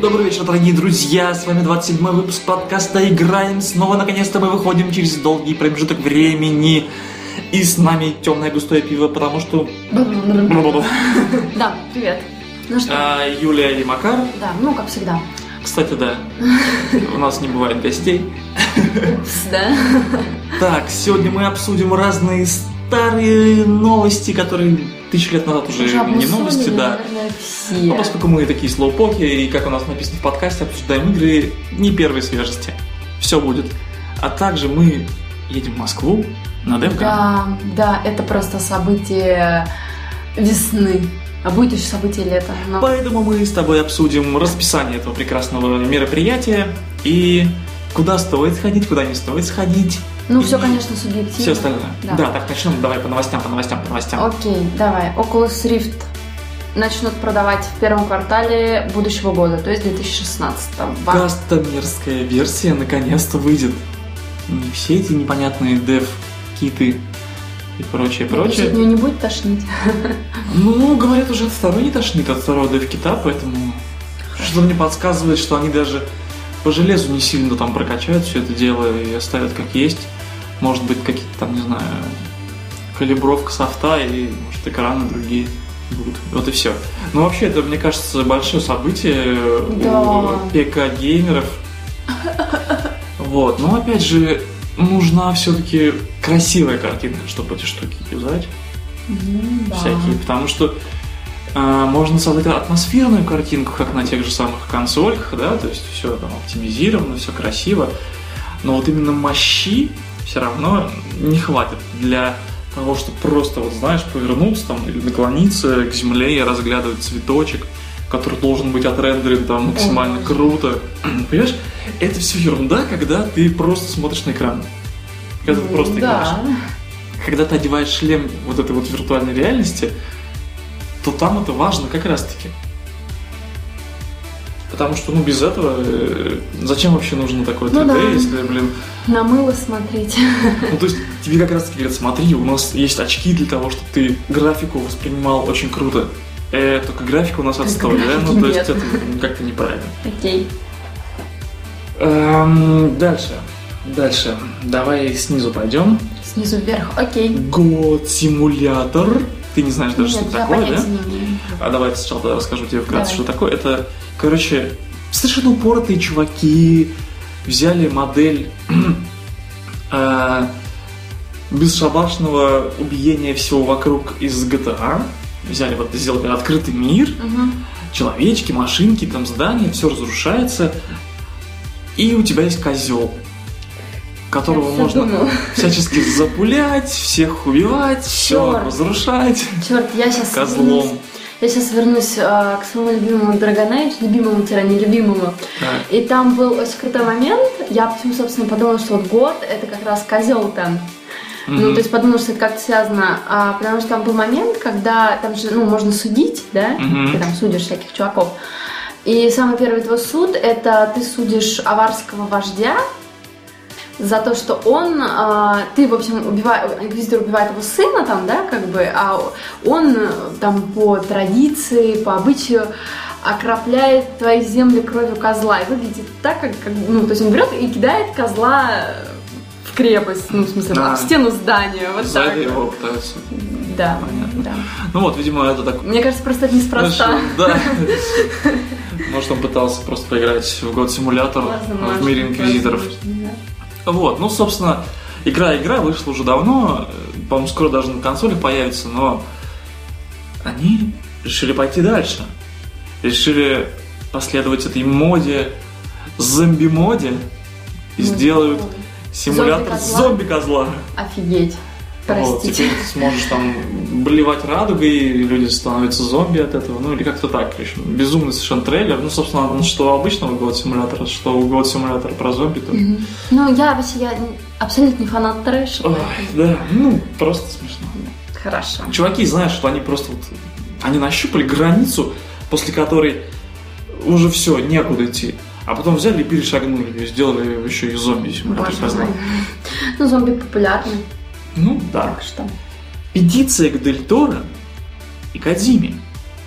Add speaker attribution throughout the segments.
Speaker 1: Добрый вечер, дорогие друзья! С вами 27 выпуск подкаста «Играем снова». Наконец-то мы выходим через долгий промежуток времени. И с нами темное густое пиво, потому что...
Speaker 2: Да, привет. Ну что,
Speaker 1: А, Юлия и Макар.
Speaker 2: да, ну как всегда.
Speaker 1: Кстати, да, у нас не бывает гостей.
Speaker 2: Упс, да.
Speaker 1: Так, сегодня мы обсудим разные старые новости, которые тысячу лет назад уже, не
Speaker 2: обмусолили,
Speaker 1: новости, да.
Speaker 2: наверное,
Speaker 1: Но
Speaker 2: все.
Speaker 1: Ну, поскольку мы такие слоупоки, и как у нас написано в подкасте, обсуждаем игры не первой свежести. Все будет. А также мы едем в Москву на девка.
Speaker 2: Да, да, это просто событие весны. А будет еще событие лета. но-
Speaker 1: Поэтому мы с тобой обсудим расписание этого прекрасного мероприятия и куда стоит сходить, куда не стоит сходить,
Speaker 2: Ну, все, конечно, субъективно.
Speaker 1: все остальное. Да.
Speaker 2: Типа, Да.
Speaker 1: так начнем. Давай по новостям, по новостям, по новостям.
Speaker 2: Окей, давай. Oculus Rift начнут продавать в первом квартале будущего года, то есть 2016
Speaker 1: Кастомерская версия наконец-то выйдет. Не все эти непонятные дев-киты и прочее, прочее.
Speaker 2: От нее не будет тошнить.
Speaker 1: Ну, говорят, уже от второй не тошнит, от второго дев-кита, поэтому что-то мне подсказывает, что они даже по железу не сильно там прокачают все это дело и оставят как есть. Может быть, какие-то там, не знаю, калибровка софта или, может, экраны другие будут. Вот и все. Но вообще, это, мне кажется, большое событие
Speaker 2: Да.
Speaker 1: у ПК-геймеров. Вот. Но, опять же, нужна все-таки красивая картинка, чтобы эти штуки юзать
Speaker 2: М, да.
Speaker 1: всякие, потому что э, можно создать атмосферную картинку, как на тех же самых консольках, да, то есть все там оптимизировано, все красиво, но вот именно мощи все равно не хватит для того, чтобы просто, вот знаешь, повернуться там или наклониться к земле и разглядывать цветочек, который должен быть отрендерен там максимально
Speaker 2: Ой.
Speaker 1: круто. Понимаешь, это все ерунда, когда ты просто смотришь на экран. Когда ты
Speaker 2: Ну,
Speaker 1: просто играешь
Speaker 2: Да.
Speaker 1: когда ты одеваешь шлем вот этой вот виртуальной реальности, то там это важно как раз-таки. Потому что, ну, без этого э, зачем вообще нужно такое 3D,
Speaker 2: Ну да.
Speaker 1: если, блин...
Speaker 2: На мыло смотреть.
Speaker 1: Ну, то есть тебе как раз-таки говорят, смотри, у нас есть очки для того, чтобы ты графику воспринимал очень круто. Э, только графика у нас
Speaker 2: Только
Speaker 1: отстой, да? Ну,
Speaker 2: графики
Speaker 1: то есть
Speaker 2: нет.
Speaker 1: это как-то неправильно.
Speaker 2: Окей.
Speaker 1: Эм, дальше. Дальше. Давай снизу пойдем.
Speaker 2: Снизу вверх. Окей.
Speaker 1: Год симулятор. Ты не знаешь даже, что
Speaker 2: Нет,
Speaker 1: это
Speaker 2: я
Speaker 1: такое, да?
Speaker 2: понятия не имею.
Speaker 1: А давайте сначала тогда расскажу тебе вкратце,
Speaker 2: Давай.
Speaker 1: что такое. Это, короче, совершенно упоротые чуваки взяли модель э, бесшабашного убиения всего вокруг из GTA. Взяли вот, сделали открытый мир,
Speaker 2: Мгм.
Speaker 1: человечки, машинки, там здания, все разрушается. И у тебя есть козел, которого
Speaker 2: Я всё
Speaker 1: можно
Speaker 2: думала.
Speaker 1: всячески запулять, всех убивать, все
Speaker 2: Чёрт.
Speaker 1: разрушать.
Speaker 2: Черт, я сейчас
Speaker 1: Козлом.
Speaker 2: Я сейчас вернусь э, к своему любимому Dragon Age, любимому-нелюбимому.
Speaker 1: Да.
Speaker 2: И там был очень крутой момент. Я почему, собственно, подумала, что вот год это как раз козел там. Ну,
Speaker 1: Мгм.
Speaker 2: то есть подумала, что это как-то связано. А, потому что там был момент, когда там же, ну, можно судить, да?
Speaker 1: Мгм.
Speaker 2: Ты там судишь всяких чуваков. И самый первый твой суд это ты судишь аварского вождя за то, что он, а, ты, в общем, убиваешь, инквизитор убивает его сына там, да, как бы, а он э, там по традиции, по обычаю окропляет твои земли кровью козла и выглядит так, как, как- ну, то есть он берет и кидает козла э, в крепость, ну, в смысле,
Speaker 1: Да.
Speaker 2: в стену здания, вот
Speaker 1: Сзади
Speaker 2: так.
Speaker 1: его пытаются.
Speaker 2: Да,
Speaker 1: Понятно.
Speaker 2: да.
Speaker 1: Ну вот, видимо, это так...
Speaker 2: Мне кажется, просто это неспроста.
Speaker 1: Знаешь, Да. Может, он пытался просто поиграть в год симулятор в
Speaker 2: Возможно,
Speaker 1: мире инквизиторов.
Speaker 2: возможно, да.
Speaker 1: Вот, ну, собственно, игра-игра вышла уже давно, э, по-моему, скоро даже на консоли появится, но они решили пойти дальше. Решили последовать этой моде, зомби-моде, и
Speaker 2: Ну,
Speaker 1: сделают
Speaker 2: такое.
Speaker 1: симулятор
Speaker 2: Зомби-козла.
Speaker 1: зомби-козла.
Speaker 2: Офигеть.
Speaker 1: Вот,
Speaker 2: Простите.
Speaker 1: теперь ты сможешь там блевать радугой, и люди становятся зомби от этого, ну или как-то так. в общем, безумный совершенно трейлер. Ну, собственно, ну, что обычного год симулятора, что у год симулятора про зомби тоже.
Speaker 2: Мгм. Ну, я вообще я н- абсолютно не фанат трэша.
Speaker 1: Ой, да, ну, просто смешно.
Speaker 2: Хорошо.
Speaker 1: Чуваки знают, что они просто вот, они нащупали границу, после которой уже все, некуда идти. А потом взяли и перешагнули, и сделали еще и зомби симулятор.
Speaker 2: Боже
Speaker 1: познал.
Speaker 2: мой. Ну, зомби популярны,
Speaker 1: Ну, да.
Speaker 2: так что.
Speaker 1: Петиция к Дель Торо и Кадзиме.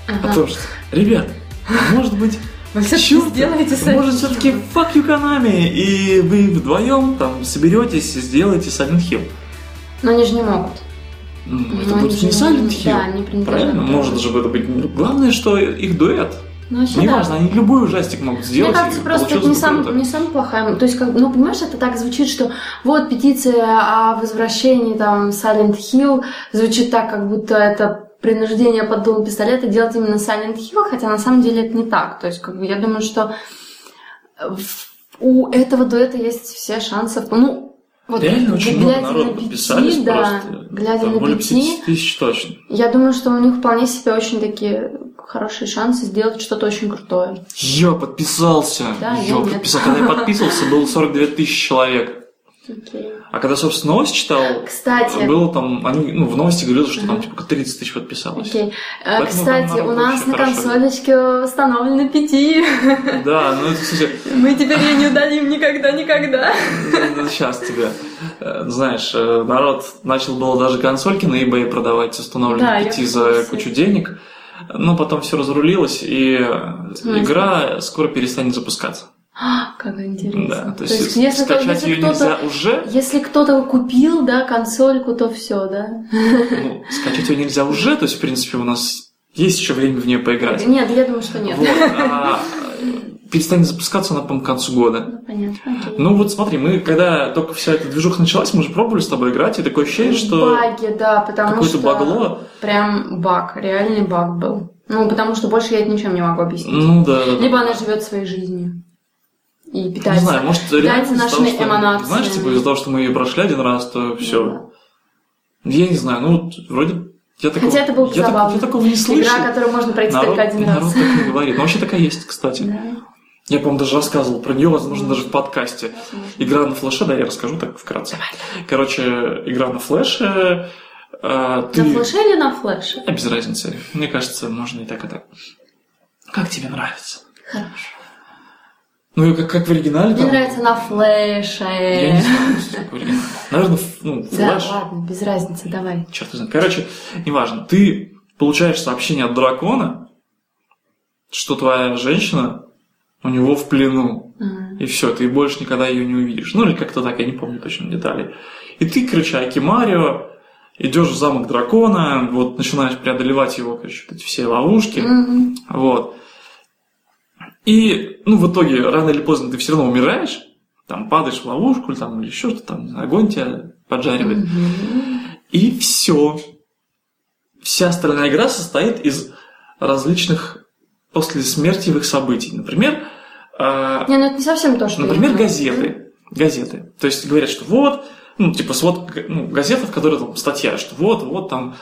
Speaker 1: о
Speaker 2: Ага.
Speaker 1: том, что, ребят, а может быть,
Speaker 2: Вы все-таки
Speaker 1: Чё ты?
Speaker 2: сделаете сами.
Speaker 1: Может, все-таки fuck you Konami, и вы вдвоем там соберетесь и сделаете Silent Hill.
Speaker 2: Но они же не могут.
Speaker 1: М,
Speaker 2: Ну,
Speaker 1: Это
Speaker 2: они
Speaker 1: будет
Speaker 2: же
Speaker 1: не Silent
Speaker 2: не- да,
Speaker 1: Hill.
Speaker 2: не принято.
Speaker 1: Правильно? Может же это быть... Главное, что их дуэт.
Speaker 2: Ну, вообще да.
Speaker 1: Неважно, они любой ужастик могут сделать.
Speaker 2: Мне кажется,
Speaker 1: и
Speaker 2: просто это не,
Speaker 1: получилось бы
Speaker 2: сам,
Speaker 1: круто.
Speaker 2: не самая плохая. То есть, как, ну, понимаешь, это так звучит, что вот петиция о возвращении там Silent Hill звучит так, как будто это принуждение под дулом пистолета делать именно Silent Hill, хотя на самом деле это не так. То есть, как бы, я думаю, что в- у этого дуэта есть все шансы. Ну, вот
Speaker 1: Реально очень много
Speaker 2: глядя на
Speaker 1: народ
Speaker 2: пяти,
Speaker 1: подписались
Speaker 2: да,
Speaker 1: просто.
Speaker 2: глядя
Speaker 1: Там
Speaker 2: на
Speaker 1: более
Speaker 2: пяти,
Speaker 1: 50 тысяч точно.
Speaker 2: я думаю, что у них вполне себе очень такие хорошие шансы сделать что-то очень крутое.
Speaker 1: Я подписался.
Speaker 2: Да,
Speaker 1: я
Speaker 2: я нет.
Speaker 1: подписался. Когда я подписывался, было 42 тысячи человек.
Speaker 2: Окей.
Speaker 1: А когда, собственно, новость читал,
Speaker 2: Кстати,
Speaker 1: было там, они, ну, в новости говорилось, что там
Speaker 2: Ага.
Speaker 1: типа 30 тысяч подписалось.
Speaker 2: Окей. Э,
Speaker 1: Поэтому
Speaker 2: Кстати,
Speaker 1: там
Speaker 2: у
Speaker 1: народ
Speaker 2: нас
Speaker 1: вообще
Speaker 2: на
Speaker 1: хорошо.
Speaker 2: консолечке установлено пяти.
Speaker 1: Да, ну это, кстати,
Speaker 2: Мы теперь ее не удалим никогда-никогда.
Speaker 1: сейчас тебя. ну, э, Знаешь, э, народ начал было даже консольки на eBay продавать,
Speaker 2: Да,
Speaker 1: установленные
Speaker 2: я
Speaker 1: пяти
Speaker 2: в
Speaker 1: за
Speaker 2: курсе.
Speaker 1: кучу денег. Но потом все разрулилось, и э,
Speaker 2: смысле?
Speaker 1: игра скоро перестанет запускаться.
Speaker 2: А, Как интересно.
Speaker 1: Да, то есть,
Speaker 2: если кто-
Speaker 1: скачать
Speaker 2: если
Speaker 1: ее
Speaker 2: кто-то
Speaker 1: нельзя уже,
Speaker 2: если кто-то купил, да, консольку, то все, да?
Speaker 1: ну, скачать ее нельзя уже, то есть, в принципе, у нас есть еще время в нее поиграть.
Speaker 2: Нет, я думаю, что нет.
Speaker 1: Вот, а, э, перестанет запускаться она, по-моему, к концу года.
Speaker 2: Ну, понятно. окей.
Speaker 1: Ну вот смотри, мы когда только вся эта движуха началась, мы же пробовали с тобой играть, и такое ощущение, что
Speaker 2: Баги, да, потому
Speaker 1: какое-то
Speaker 2: что...
Speaker 1: багло.
Speaker 2: Прям баг, реальный баг был. Ну, потому что больше я это ничем не могу объяснить.
Speaker 1: Ну да, да. да.
Speaker 2: Либо она живет своей жизнью и
Speaker 1: Не
Speaker 2: питается
Speaker 1: знаю, может, реально из-за
Speaker 2: нашими
Speaker 1: того, что,
Speaker 2: эманациями.
Speaker 1: знаешь, типа из-за того, что мы ее прошли один раз,
Speaker 2: Ну
Speaker 1: то все. Я не знаю, ну вот вроде я такого,
Speaker 2: Хотя это было бы
Speaker 1: я, так-
Speaker 2: забавно.
Speaker 1: я такого не слышал.
Speaker 2: Игра, которую можно пройти
Speaker 1: народ,
Speaker 2: только один
Speaker 1: народ
Speaker 2: раз.
Speaker 1: так не говорит. Но вообще такая есть, кстати.
Speaker 2: Да,
Speaker 1: Я, по-моему, даже рассказывал про нее, возможно, даже в подкасте.
Speaker 2: возможно.
Speaker 1: Игра на флеше, да, я расскажу так вкратце. Короче, игра на флеше. э, ты...
Speaker 2: На флеше или на флеше?
Speaker 1: А без разницы. Мне кажется, можно и так, и так. Как тебе нравится?
Speaker 2: Хорошо.
Speaker 1: Ну, и как, как в оригинале
Speaker 2: Мне
Speaker 1: там...
Speaker 2: нравится на флеше.
Speaker 1: Я не знаю, что такое оригинал. Наверное, ф- ну,
Speaker 2: Да,
Speaker 1: флэш.
Speaker 2: ладно, без разницы, давай.
Speaker 1: Черт его знает. Короче, неважно. Ты получаешь сообщение от дракона, что твоя женщина у него в плену.
Speaker 2: А,
Speaker 1: И все, ты больше никогда ее не увидишь. Ну, или как-то так, я не помню точно деталей. И ты, короче, Аки Марио, идешь в замок дракона, вот начинаешь преодолевать его, короче, вот эти все ловушки.
Speaker 2: мгм.
Speaker 1: Вот. И, ну, в итоге, рано или поздно ты все равно умираешь, там падаешь в ловушку, или там или еще что-то, там, не знаю, огонь тебя поджаривает.
Speaker 2: Мгм.
Speaker 1: И все. Вся остальная игра состоит из различных после смертивых событий. Например, а,
Speaker 2: Не, ну это не совсем то, что я
Speaker 1: например,
Speaker 2: думала.
Speaker 1: газеты. Газеты. То есть говорят, что вот, ну, типа, вот ну, газета, в которой там статья, что вот, вот там.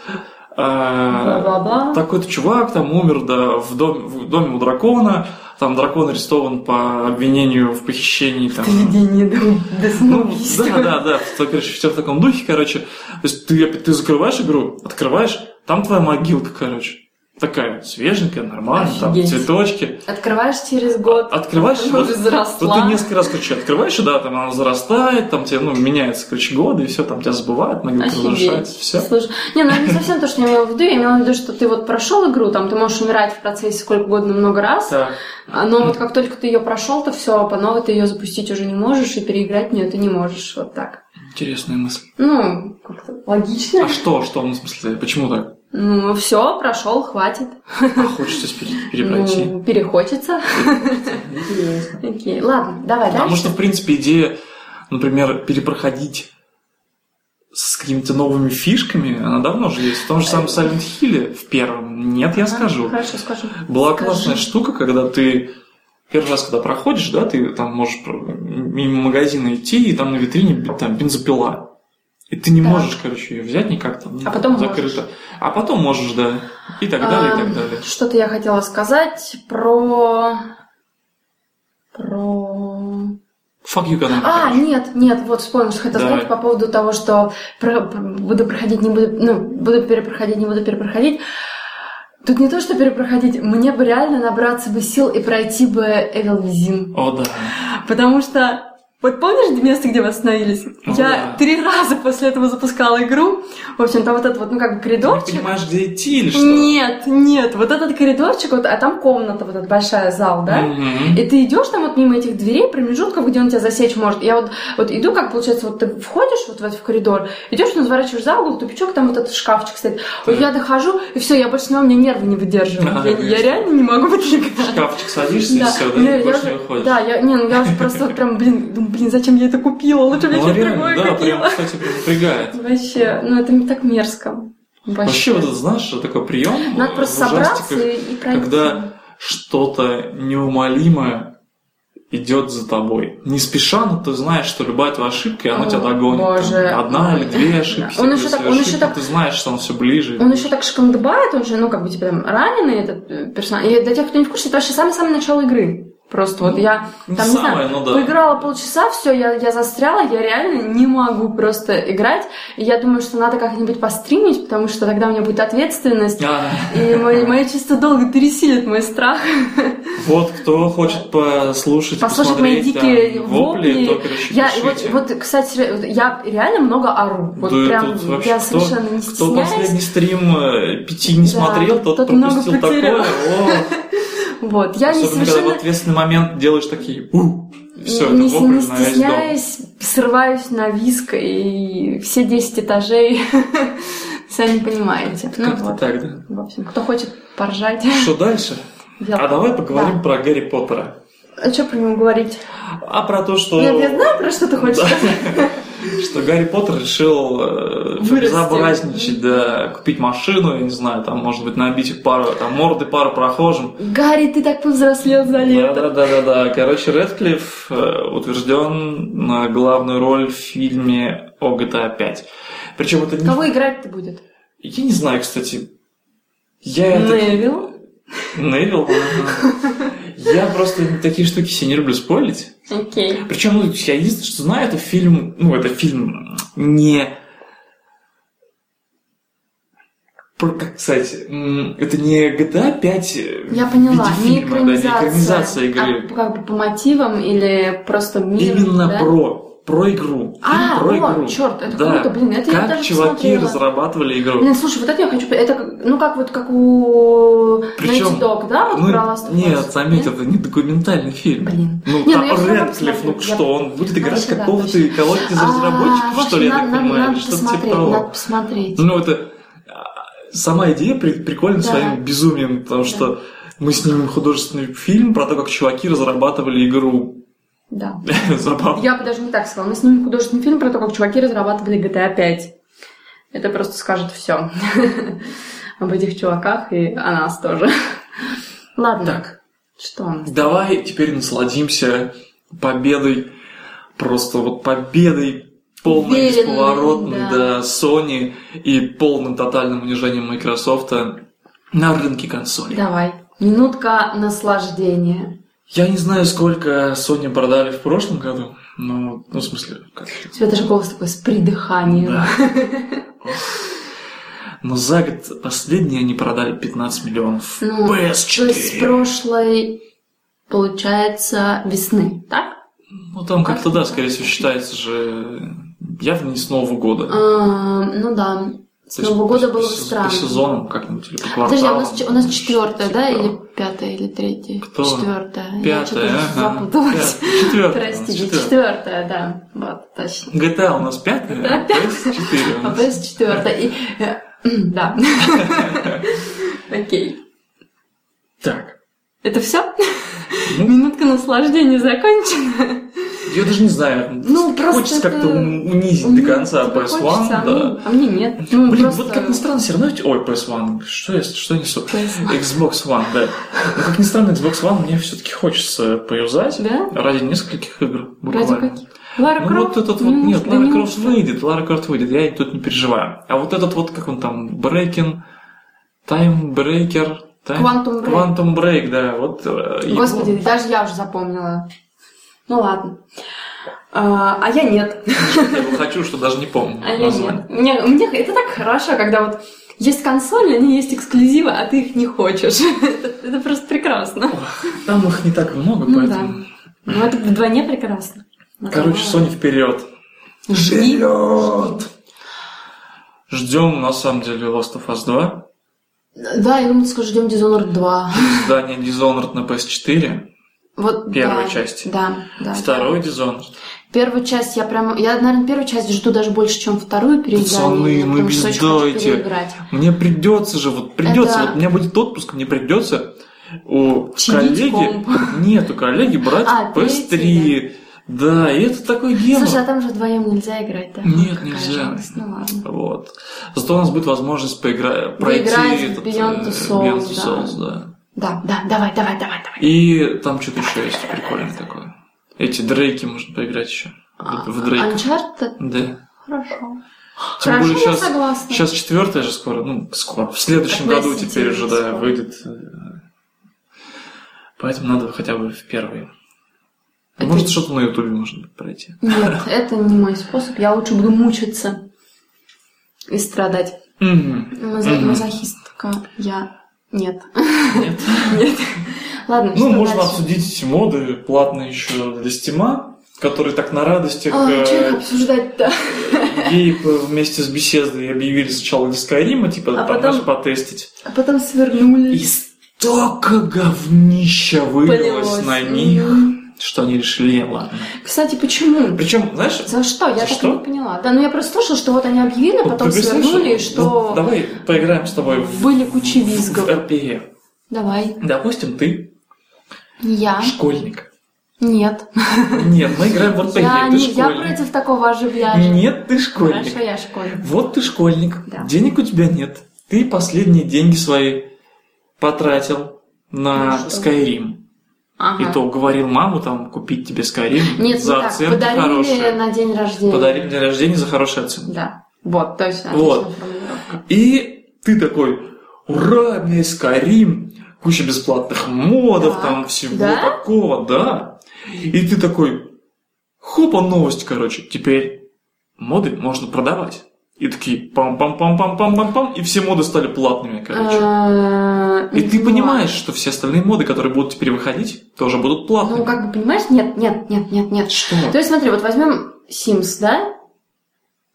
Speaker 1: а,
Speaker 2: Бла-бла-бла.
Speaker 1: такой-то чувак там умер да, в, дом- в доме у дракона, там дракон арестован по обвинению в похищении. Там,
Speaker 2: Доведение до, до
Speaker 1: ну,
Speaker 2: самоубийства.
Speaker 1: да, да, да, то, короче, все в таком духе, короче. То есть ты, опять- ты закрываешь игру, открываешь, там твоя могилка, короче. Такая свеженькая, нормальная, там
Speaker 2: Офигеть.
Speaker 1: цветочки.
Speaker 2: Открываешь через год.
Speaker 1: Открываешь,
Speaker 2: Она
Speaker 1: вот-
Speaker 2: уже
Speaker 1: Вот ты
Speaker 2: заросла.
Speaker 1: несколько раз, короче, открываешь, и да, там она зарастает, там тебе, ну, меняется, короче, годы, и все, там тебя забывают, могилка
Speaker 2: Офигеть.
Speaker 1: разрушается, все.
Speaker 2: Слушай, не, ну это не совсем то, что я имела в виду. Я имела в виду, что ты вот прошел игру, там ты можешь умирать в процессе сколько угодно много раз,
Speaker 1: Так.
Speaker 2: А, Но вот как только ты ее прошел, то все, по новой ты ее запустить уже не можешь, и переиграть в нее ты не можешь. Вот так.
Speaker 1: Интересная мысль.
Speaker 2: Ну, как-то логично.
Speaker 1: А что, что, ну, в смысле, почему так?
Speaker 2: Ну, все, прошел, хватит.
Speaker 1: А хочется пере- перепройти.
Speaker 2: Ну, перехочется. Ну,
Speaker 1: Интересно.
Speaker 2: Окей. Ладно, давай
Speaker 1: Потому
Speaker 2: дальше.
Speaker 1: что, А в принципе, идея, например, перепроходить с какими-то новыми фишками, она давно же есть. В том же самом Silent Hill в первом. Нет, я
Speaker 2: Ага,
Speaker 1: скажу.
Speaker 2: Хорошо, скажи.
Speaker 1: Была
Speaker 2: Скажи.
Speaker 1: классная штука, когда ты первый раз, когда проходишь, да, ты там можешь про- мимо магазина идти, и там на витрине б- там бензопила. И ты не
Speaker 2: Так.
Speaker 1: можешь, короче, ее взять никак там.
Speaker 2: А потом
Speaker 1: закрыто. А потом можешь, да. И так далее, и так
Speaker 2: Ам,
Speaker 1: далее.
Speaker 2: Что-то я хотела сказать про... Про...
Speaker 1: Fuck you, Konami,
Speaker 2: А,
Speaker 1: короче.
Speaker 2: нет, нет, вот вспомнил, что хотела
Speaker 1: Давай.
Speaker 2: сказать по поводу того, что про- про- буду проходить, не буду, ну, буду перепроходить, не буду перепроходить. Тут не то, что перепроходить, мне бы реально набраться бы сил и пройти бы Эвел Визин.
Speaker 1: О, да.
Speaker 2: Потому что Вот помнишь место, где мы остановились?
Speaker 1: Ну
Speaker 2: Я
Speaker 1: да.
Speaker 2: три раза после этого запускала игру. В общем, там вот этот вот, ну как бы
Speaker 1: Ты
Speaker 2: коридорчик.
Speaker 1: не понимаешь, где идти или что?
Speaker 2: Нет, нет, вот этот коридорчик, вот, а там комната, вот эта большая зал, да?
Speaker 1: Мгм.
Speaker 2: И ты идешь там вот мимо этих дверей, промежутков, где он тебя засечь может. Я вот, вот иду, как получается, вот ты входишь вот в этот коридор, идешь, ну, разворачиваешь за угол, тупичок, там вот этот шкафчик стоит. Вот
Speaker 1: Так.
Speaker 2: я дохожу, и все, я больше с него, у меня нервы не выдерживают.
Speaker 1: Да,
Speaker 2: Я,
Speaker 1: конечно.
Speaker 2: я реально не могу
Speaker 1: В
Speaker 2: выдвигаться.
Speaker 1: шкафчик садишься и
Speaker 2: Да.
Speaker 1: все,
Speaker 2: Ну,
Speaker 1: да, и
Speaker 2: я
Speaker 1: больше
Speaker 2: уже-
Speaker 1: не выходишь.
Speaker 2: Да, я, не, ну я уже просто вот прям, блин, думаю, блин, зачем я это купила? Лучше бы я
Speaker 1: Ну,
Speaker 2: что-то
Speaker 1: реально,
Speaker 2: другое
Speaker 1: да, прям,
Speaker 2: купила.
Speaker 1: кстати, прям напрягает.
Speaker 2: Вообще, ну это так мерзко.
Speaker 1: Вообще, вот это, знаешь, такой прием
Speaker 2: Надо просто
Speaker 1: в ужастиках,
Speaker 2: собраться и, и пройти.
Speaker 1: когда что-то неумолимое идет за тобой. Не спеша, но ты знаешь, что любая твоя ошибка, и она
Speaker 2: О,
Speaker 1: тебя догонит. Там
Speaker 2: боже.
Speaker 1: Одна или две ошибки.
Speaker 2: Он
Speaker 1: ты
Speaker 2: еще так- он
Speaker 1: совершишь,
Speaker 2: еще
Speaker 1: но
Speaker 2: так-
Speaker 1: Ты знаешь, что он все ближе. и
Speaker 2: Он
Speaker 1: ближе.
Speaker 2: еще так шкандыбает, он же, ну, как бы, типа, там, раненый этот э, персонаж. И для тех, кто не в курсе, это вообще самое-самое начало игры. Просто вот я
Speaker 1: Ну,
Speaker 2: там, не
Speaker 1: самое, ну да.
Speaker 2: поиграла полчаса, все, я, я застряла, я реально не могу просто играть. И я думаю, что надо как-нибудь постримить, потому что тогда у меня будет ответственность.
Speaker 1: А,
Speaker 2: И мое, мое чувство долго пересилит мой страх.
Speaker 1: вот кто хочет послушать,
Speaker 2: Послушать мои
Speaker 1: посмотреть,
Speaker 2: дикие
Speaker 1: да, вопли,
Speaker 2: вопли.
Speaker 1: то, короче,
Speaker 2: Я, и вот,
Speaker 1: пишите.
Speaker 2: вот, кстати, ре- я реально много ору. Вот
Speaker 1: Да
Speaker 2: прям
Speaker 1: тут вообще
Speaker 2: я
Speaker 1: кто-
Speaker 2: совершенно не
Speaker 1: Кто
Speaker 2: стесняюсь.
Speaker 1: последний стрим э, пяти не
Speaker 2: Да,
Speaker 1: смотрел, тот,
Speaker 2: тот много
Speaker 1: пропустил такое.
Speaker 2: потерял.
Speaker 1: О,
Speaker 2: Вот, я не
Speaker 1: особенно, когда
Speaker 2: совершенно
Speaker 1: в ответственный момент делаешь такие «у», все, это
Speaker 2: не,
Speaker 1: вопли
Speaker 2: не
Speaker 1: на весь дом.
Speaker 2: стесняюсь, срываюсь на виск и все 10 этажей, сами понимаете. Ну
Speaker 1: Как-то
Speaker 2: вот.
Speaker 1: так, да.
Speaker 2: В общем, кто хочет поржать,
Speaker 1: Что дальше?
Speaker 2: делай.
Speaker 1: А давай поговорим про Гарри Поттера.
Speaker 2: А что про него говорить?
Speaker 1: А про то, что...
Speaker 2: Нет, я знаю, про что ты хочешь
Speaker 1: Да.
Speaker 2: сказать.
Speaker 1: Что Гарри Поттер решил э,
Speaker 2: Вырасти.
Speaker 1: безобразничать, да, купить машину, я не знаю, там, может быть, набить пару, там, морды пару прохожим.
Speaker 2: Гарри, ты так повзрослел за лето.
Speaker 1: Да, да, да, да. Короче, Редклифф утвержден на главную роль в фильме о GTA 5. Причем это не...
Speaker 2: Кого играть-то будет?
Speaker 1: Я не знаю, кстати. Я это...
Speaker 2: Невил?
Speaker 1: Невилл, да. Я просто такие штуки себе не люблю спойлить.
Speaker 2: Окей.
Speaker 1: Причем, ну, я единственное, что знаю, это фильм... Ну, это фильм не... Про- Как сказать, м, это не А GTA 5
Speaker 2: Я поняла, не
Speaker 1: э, фильма, да, не экранизация
Speaker 2: экранизация,
Speaker 1: игры.
Speaker 2: а как бы по мотивам или просто мир,
Speaker 1: Именно
Speaker 2: да?
Speaker 1: про, про игру. Фильм
Speaker 2: А,
Speaker 1: про
Speaker 2: о,
Speaker 1: игру.
Speaker 2: черт, это
Speaker 1: Да.
Speaker 2: круто, блин, это я
Speaker 1: как
Speaker 2: даже
Speaker 1: чуваки
Speaker 2: посмотрела.
Speaker 1: разрабатывали игру.
Speaker 2: Блин, слушай, вот это я хочу... по- Это, как- ну, как вот, как у
Speaker 1: Причем-
Speaker 2: Naughty Dog, да? Вот
Speaker 1: Ну,
Speaker 2: про Last of Us?
Speaker 1: нет, заметь, это не документальный фильм.
Speaker 2: Блин.
Speaker 1: Ну,
Speaker 2: Не,
Speaker 1: там
Speaker 2: ну я всё равно
Speaker 1: Рэдклифф, ну
Speaker 2: посмотрю. Я-
Speaker 1: что, он будет играть
Speaker 2: Вообще, да,
Speaker 1: какого-то
Speaker 2: точно.
Speaker 1: колодки из
Speaker 2: А,
Speaker 1: разработчиков,
Speaker 2: в общем,
Speaker 1: что ли, я
Speaker 2: надо-
Speaker 1: так
Speaker 2: надо-
Speaker 1: понимаю, или
Speaker 2: Надо
Speaker 1: что-то типа
Speaker 2: посмотреть,
Speaker 1: того.
Speaker 2: надо посмотреть.
Speaker 1: Ну, это... а, Сама идея при- прикольна
Speaker 2: Да.
Speaker 1: своим безумием, потому
Speaker 2: Да.
Speaker 1: что мы снимем художественный фильм про то, как чуваки разрабатывали игру.
Speaker 2: Да.
Speaker 1: Забавно.
Speaker 2: Я бы даже не так сказала. Мы снимем художественный фильм про то, как чуваки разрабатывали GTA 5. Это просто скажет все об этих чуваках и о нас тоже. Ладно.
Speaker 1: Так.
Speaker 2: Что у нас?
Speaker 1: Давай теперь насладимся победой, просто вот победой полной
Speaker 2: Уверенной,
Speaker 1: бесповоротной
Speaker 2: да.
Speaker 1: до Sony и полным тотальным унижением Microsoft на рынке консолей.
Speaker 2: Давай. Минутка наслаждения.
Speaker 1: Я не знаю, сколько Sony продали в прошлом году, но, ну, в смысле, как...
Speaker 2: У тебя даже голос такой с придыханием.
Speaker 1: Да. Но за год последний они продали 15 миллионов
Speaker 2: Ну, То есть с
Speaker 1: PS4.
Speaker 2: прошлой, получается, весны, так?
Speaker 1: Ну, там как-то,
Speaker 2: А,
Speaker 1: да, скорее всего, считается же явно не с Нового года.
Speaker 2: А, ну да. С
Speaker 1: То есть
Speaker 2: Нового
Speaker 1: по-
Speaker 2: года
Speaker 1: по
Speaker 2: было
Speaker 1: сез-
Speaker 2: странно.
Speaker 1: По сезонам как-нибудь или по кварталам.
Speaker 2: Подожди, а у нас, че- у нас четвертая,
Speaker 1: Типа
Speaker 2: да,
Speaker 1: того.
Speaker 2: или пятая, или третья?
Speaker 1: Кто?
Speaker 2: Четвертая. Я что-то
Speaker 1: Пятая, ага.
Speaker 2: запуталась.
Speaker 1: Четвертая.
Speaker 2: Простите, четвертая, да. Вот, точно.
Speaker 1: GTA у нас пятая, а PS4 у
Speaker 2: А
Speaker 1: нас.
Speaker 2: ПС четвертая. И, э, Да. Окей.
Speaker 1: Так.
Speaker 2: Это все?
Speaker 1: Ну.
Speaker 2: Минутка наслаждения закончена.
Speaker 1: Я даже не знаю.
Speaker 2: Ну, просто
Speaker 1: Хочется
Speaker 2: это-
Speaker 1: как-то ун- унизить до конца
Speaker 2: Тебе
Speaker 1: PS1,
Speaker 2: хочется, а
Speaker 1: да.
Speaker 2: мне- А мне нет. Ну,
Speaker 1: Блин,
Speaker 2: просто-
Speaker 1: вот как ни странно, все равно... ведь- Ой, PS1, что я, что я несу?
Speaker 2: PS1.
Speaker 1: Xbox One, да. Но как ни странно, Xbox One мне все-таки хочется поюзать.
Speaker 2: Да?
Speaker 1: Ради нескольких игр.
Speaker 2: Ради
Speaker 1: Буквально.
Speaker 2: каких? Лара
Speaker 1: Ну вот
Speaker 2: Крофт?
Speaker 1: этот вот, нет, Лара Крофт выйдет, Лара Крофт выйдет, я тут не переживаю. А вот этот вот, как он там, Брейкин, Таймбрейкер,
Speaker 2: Quantum Break.
Speaker 1: Квантум Брейк, да, вот. э, его-
Speaker 2: Господи, даже я уже запомнила. Ну ладно. А а я нет.
Speaker 1: Я его хочу, что даже не помню.
Speaker 2: А я
Speaker 1: название.
Speaker 2: нет. Мне, мне это так хорошо, когда вот есть консоли, они есть эксклюзивы, а ты их не хочешь. Это, это просто прекрасно.
Speaker 1: Там их не так много,
Speaker 2: Ну
Speaker 1: поэтому...
Speaker 2: да. Ну это вдвойне прекрасно.
Speaker 1: Короче, Соня, вперед.
Speaker 2: Жги.
Speaker 1: Вперед! Ждем, на самом деле, Last of Us 2.
Speaker 2: Да, я думаю, ты скажешь, ждем Dishonored 2.
Speaker 1: Издание Dishonored на PS4.
Speaker 2: Вот,
Speaker 1: Первая
Speaker 2: да,
Speaker 1: часть.
Speaker 2: Да, да.
Speaker 1: Второй Dishonored.
Speaker 2: Первую часть я прям... Я, наверное, первую часть жду даже больше, чем вторую
Speaker 1: Пацаны,
Speaker 2: переиграние.
Speaker 1: ну
Speaker 2: потому что очень хочу
Speaker 1: пиздайте.
Speaker 2: переиграть.
Speaker 1: Мне придется же, вот придется,
Speaker 2: Это-
Speaker 1: вот у меня будет отпуск, мне придется у
Speaker 2: Чинить
Speaker 1: коллеги,
Speaker 2: комп.
Speaker 1: нет, у коллеги брать
Speaker 2: А,
Speaker 1: PS3. Да, и это такой гемор.
Speaker 2: Слушай, а там же вдвоем нельзя играть, да?
Speaker 1: Нет,
Speaker 2: Какая
Speaker 1: нельзя.
Speaker 2: жалость. Ну ладно.
Speaker 1: Вот. Зато у нас будет возможность поигра... пройти
Speaker 2: Доиграть
Speaker 1: этот,
Speaker 2: Beyond
Speaker 1: э,
Speaker 2: the Souls,
Speaker 1: Beyond the
Speaker 2: да.
Speaker 1: Souls, да.
Speaker 2: Да, да, давай, давай, давай, давай.
Speaker 1: И там что-то еще есть прикольное такое. Эти Дрейки можно поиграть еще.
Speaker 2: А,
Speaker 1: В Дрейка.
Speaker 2: Uncharted?
Speaker 1: Да.
Speaker 2: Хорошо.
Speaker 1: Тем
Speaker 2: а Хорошо,
Speaker 1: более
Speaker 2: я
Speaker 1: сейчас,
Speaker 2: согласна.
Speaker 1: сейчас четвертая же скоро, ну, скоро, в следующем
Speaker 2: Так,
Speaker 1: году
Speaker 2: на
Speaker 1: теперь уже, да,
Speaker 2: сентябре
Speaker 1: выйдет. э, Поэтому надо хотя бы в первый.
Speaker 2: Это-
Speaker 1: Может, что-то на Ютубе можно будет пройти.
Speaker 2: Нет, это не мой способ. Я лучше буду мучиться и страдать.
Speaker 1: Мгм.
Speaker 2: Мазо-
Speaker 1: Мгм.
Speaker 2: Мазохистка я. Нет.
Speaker 1: Нет.
Speaker 2: Ладно,
Speaker 1: Ну,
Speaker 2: А что
Speaker 1: можно
Speaker 2: дальше?
Speaker 1: обсудить моды платные еще для стима, которые так на радостях
Speaker 2: А,
Speaker 1: э,
Speaker 2: что их обсуждать-то?
Speaker 1: Гейб вместе с беседой объявили сначала для Скайрима, типа,
Speaker 2: А
Speaker 1: там
Speaker 2: потом-
Speaker 1: знаешь, потестить.
Speaker 2: А потом свернули.
Speaker 1: И столько говнища вылилось
Speaker 2: Полилось.
Speaker 1: на них,
Speaker 2: Мгм.
Speaker 1: что они решили, «Не, ладно.
Speaker 2: Кстати, почему?
Speaker 1: Причем, знаешь,
Speaker 2: За что? Я
Speaker 1: За
Speaker 2: так и
Speaker 1: что?
Speaker 2: не поняла. Да, ну я просто слышала, что вот они объявили,
Speaker 1: вот
Speaker 2: А
Speaker 1: ну,
Speaker 2: потом
Speaker 1: ты представляешь,
Speaker 2: свернули, и
Speaker 1: вот
Speaker 2: что...
Speaker 1: давай поиграем с тобой в,
Speaker 2: Были кучи визгов.
Speaker 1: в RPG.
Speaker 2: Давай.
Speaker 1: Допустим, ты
Speaker 2: Не Я?
Speaker 1: школьник.
Speaker 2: Нет.
Speaker 1: Нет, мы играем в RPG,
Speaker 2: Я,
Speaker 1: ты
Speaker 2: не, я
Speaker 1: школьник.
Speaker 2: против такого оживляжа.
Speaker 1: Нет, ты школьник.
Speaker 2: Хорошо, я школьник.
Speaker 1: Вот ты школьник,
Speaker 2: Да.
Speaker 1: денег у тебя нет. Ты последние деньги свои потратил на
Speaker 2: Ну что?
Speaker 1: Skyrim.
Speaker 2: Ага.
Speaker 1: И то уговорил маму там купить тебе Skyrim
Speaker 2: Нет,
Speaker 1: за
Speaker 2: не так.
Speaker 1: оценку
Speaker 2: Подарили
Speaker 1: хорошую.
Speaker 2: на день рождения.
Speaker 1: Подарили на день рождения за хорошую оценку.
Speaker 2: Да. Вот, точно.
Speaker 1: Вот.
Speaker 2: отличная формулировка.
Speaker 1: И ты такой, ура, у меня есть Skyrim, куча бесплатных модов,
Speaker 2: Так.
Speaker 1: там всего
Speaker 2: Да?
Speaker 1: такого, да. И ты такой, хопа, новость, короче, теперь моды можно продавать. И такие пам-пам-пам-пам-пам-пам-пам, и все моды стали платными, короче.
Speaker 2: Э,
Speaker 1: А, И
Speaker 2: не
Speaker 1: ты
Speaker 2: поняла.
Speaker 1: понимаешь, что все остальные моды, которые будут теперь выходить, тоже будут
Speaker 2: Ну,
Speaker 1: платными.
Speaker 2: как бы понимаешь, нет, нет, нет, нет, нет.
Speaker 1: Что?
Speaker 2: То есть, смотри, вот возьмем Sims, да?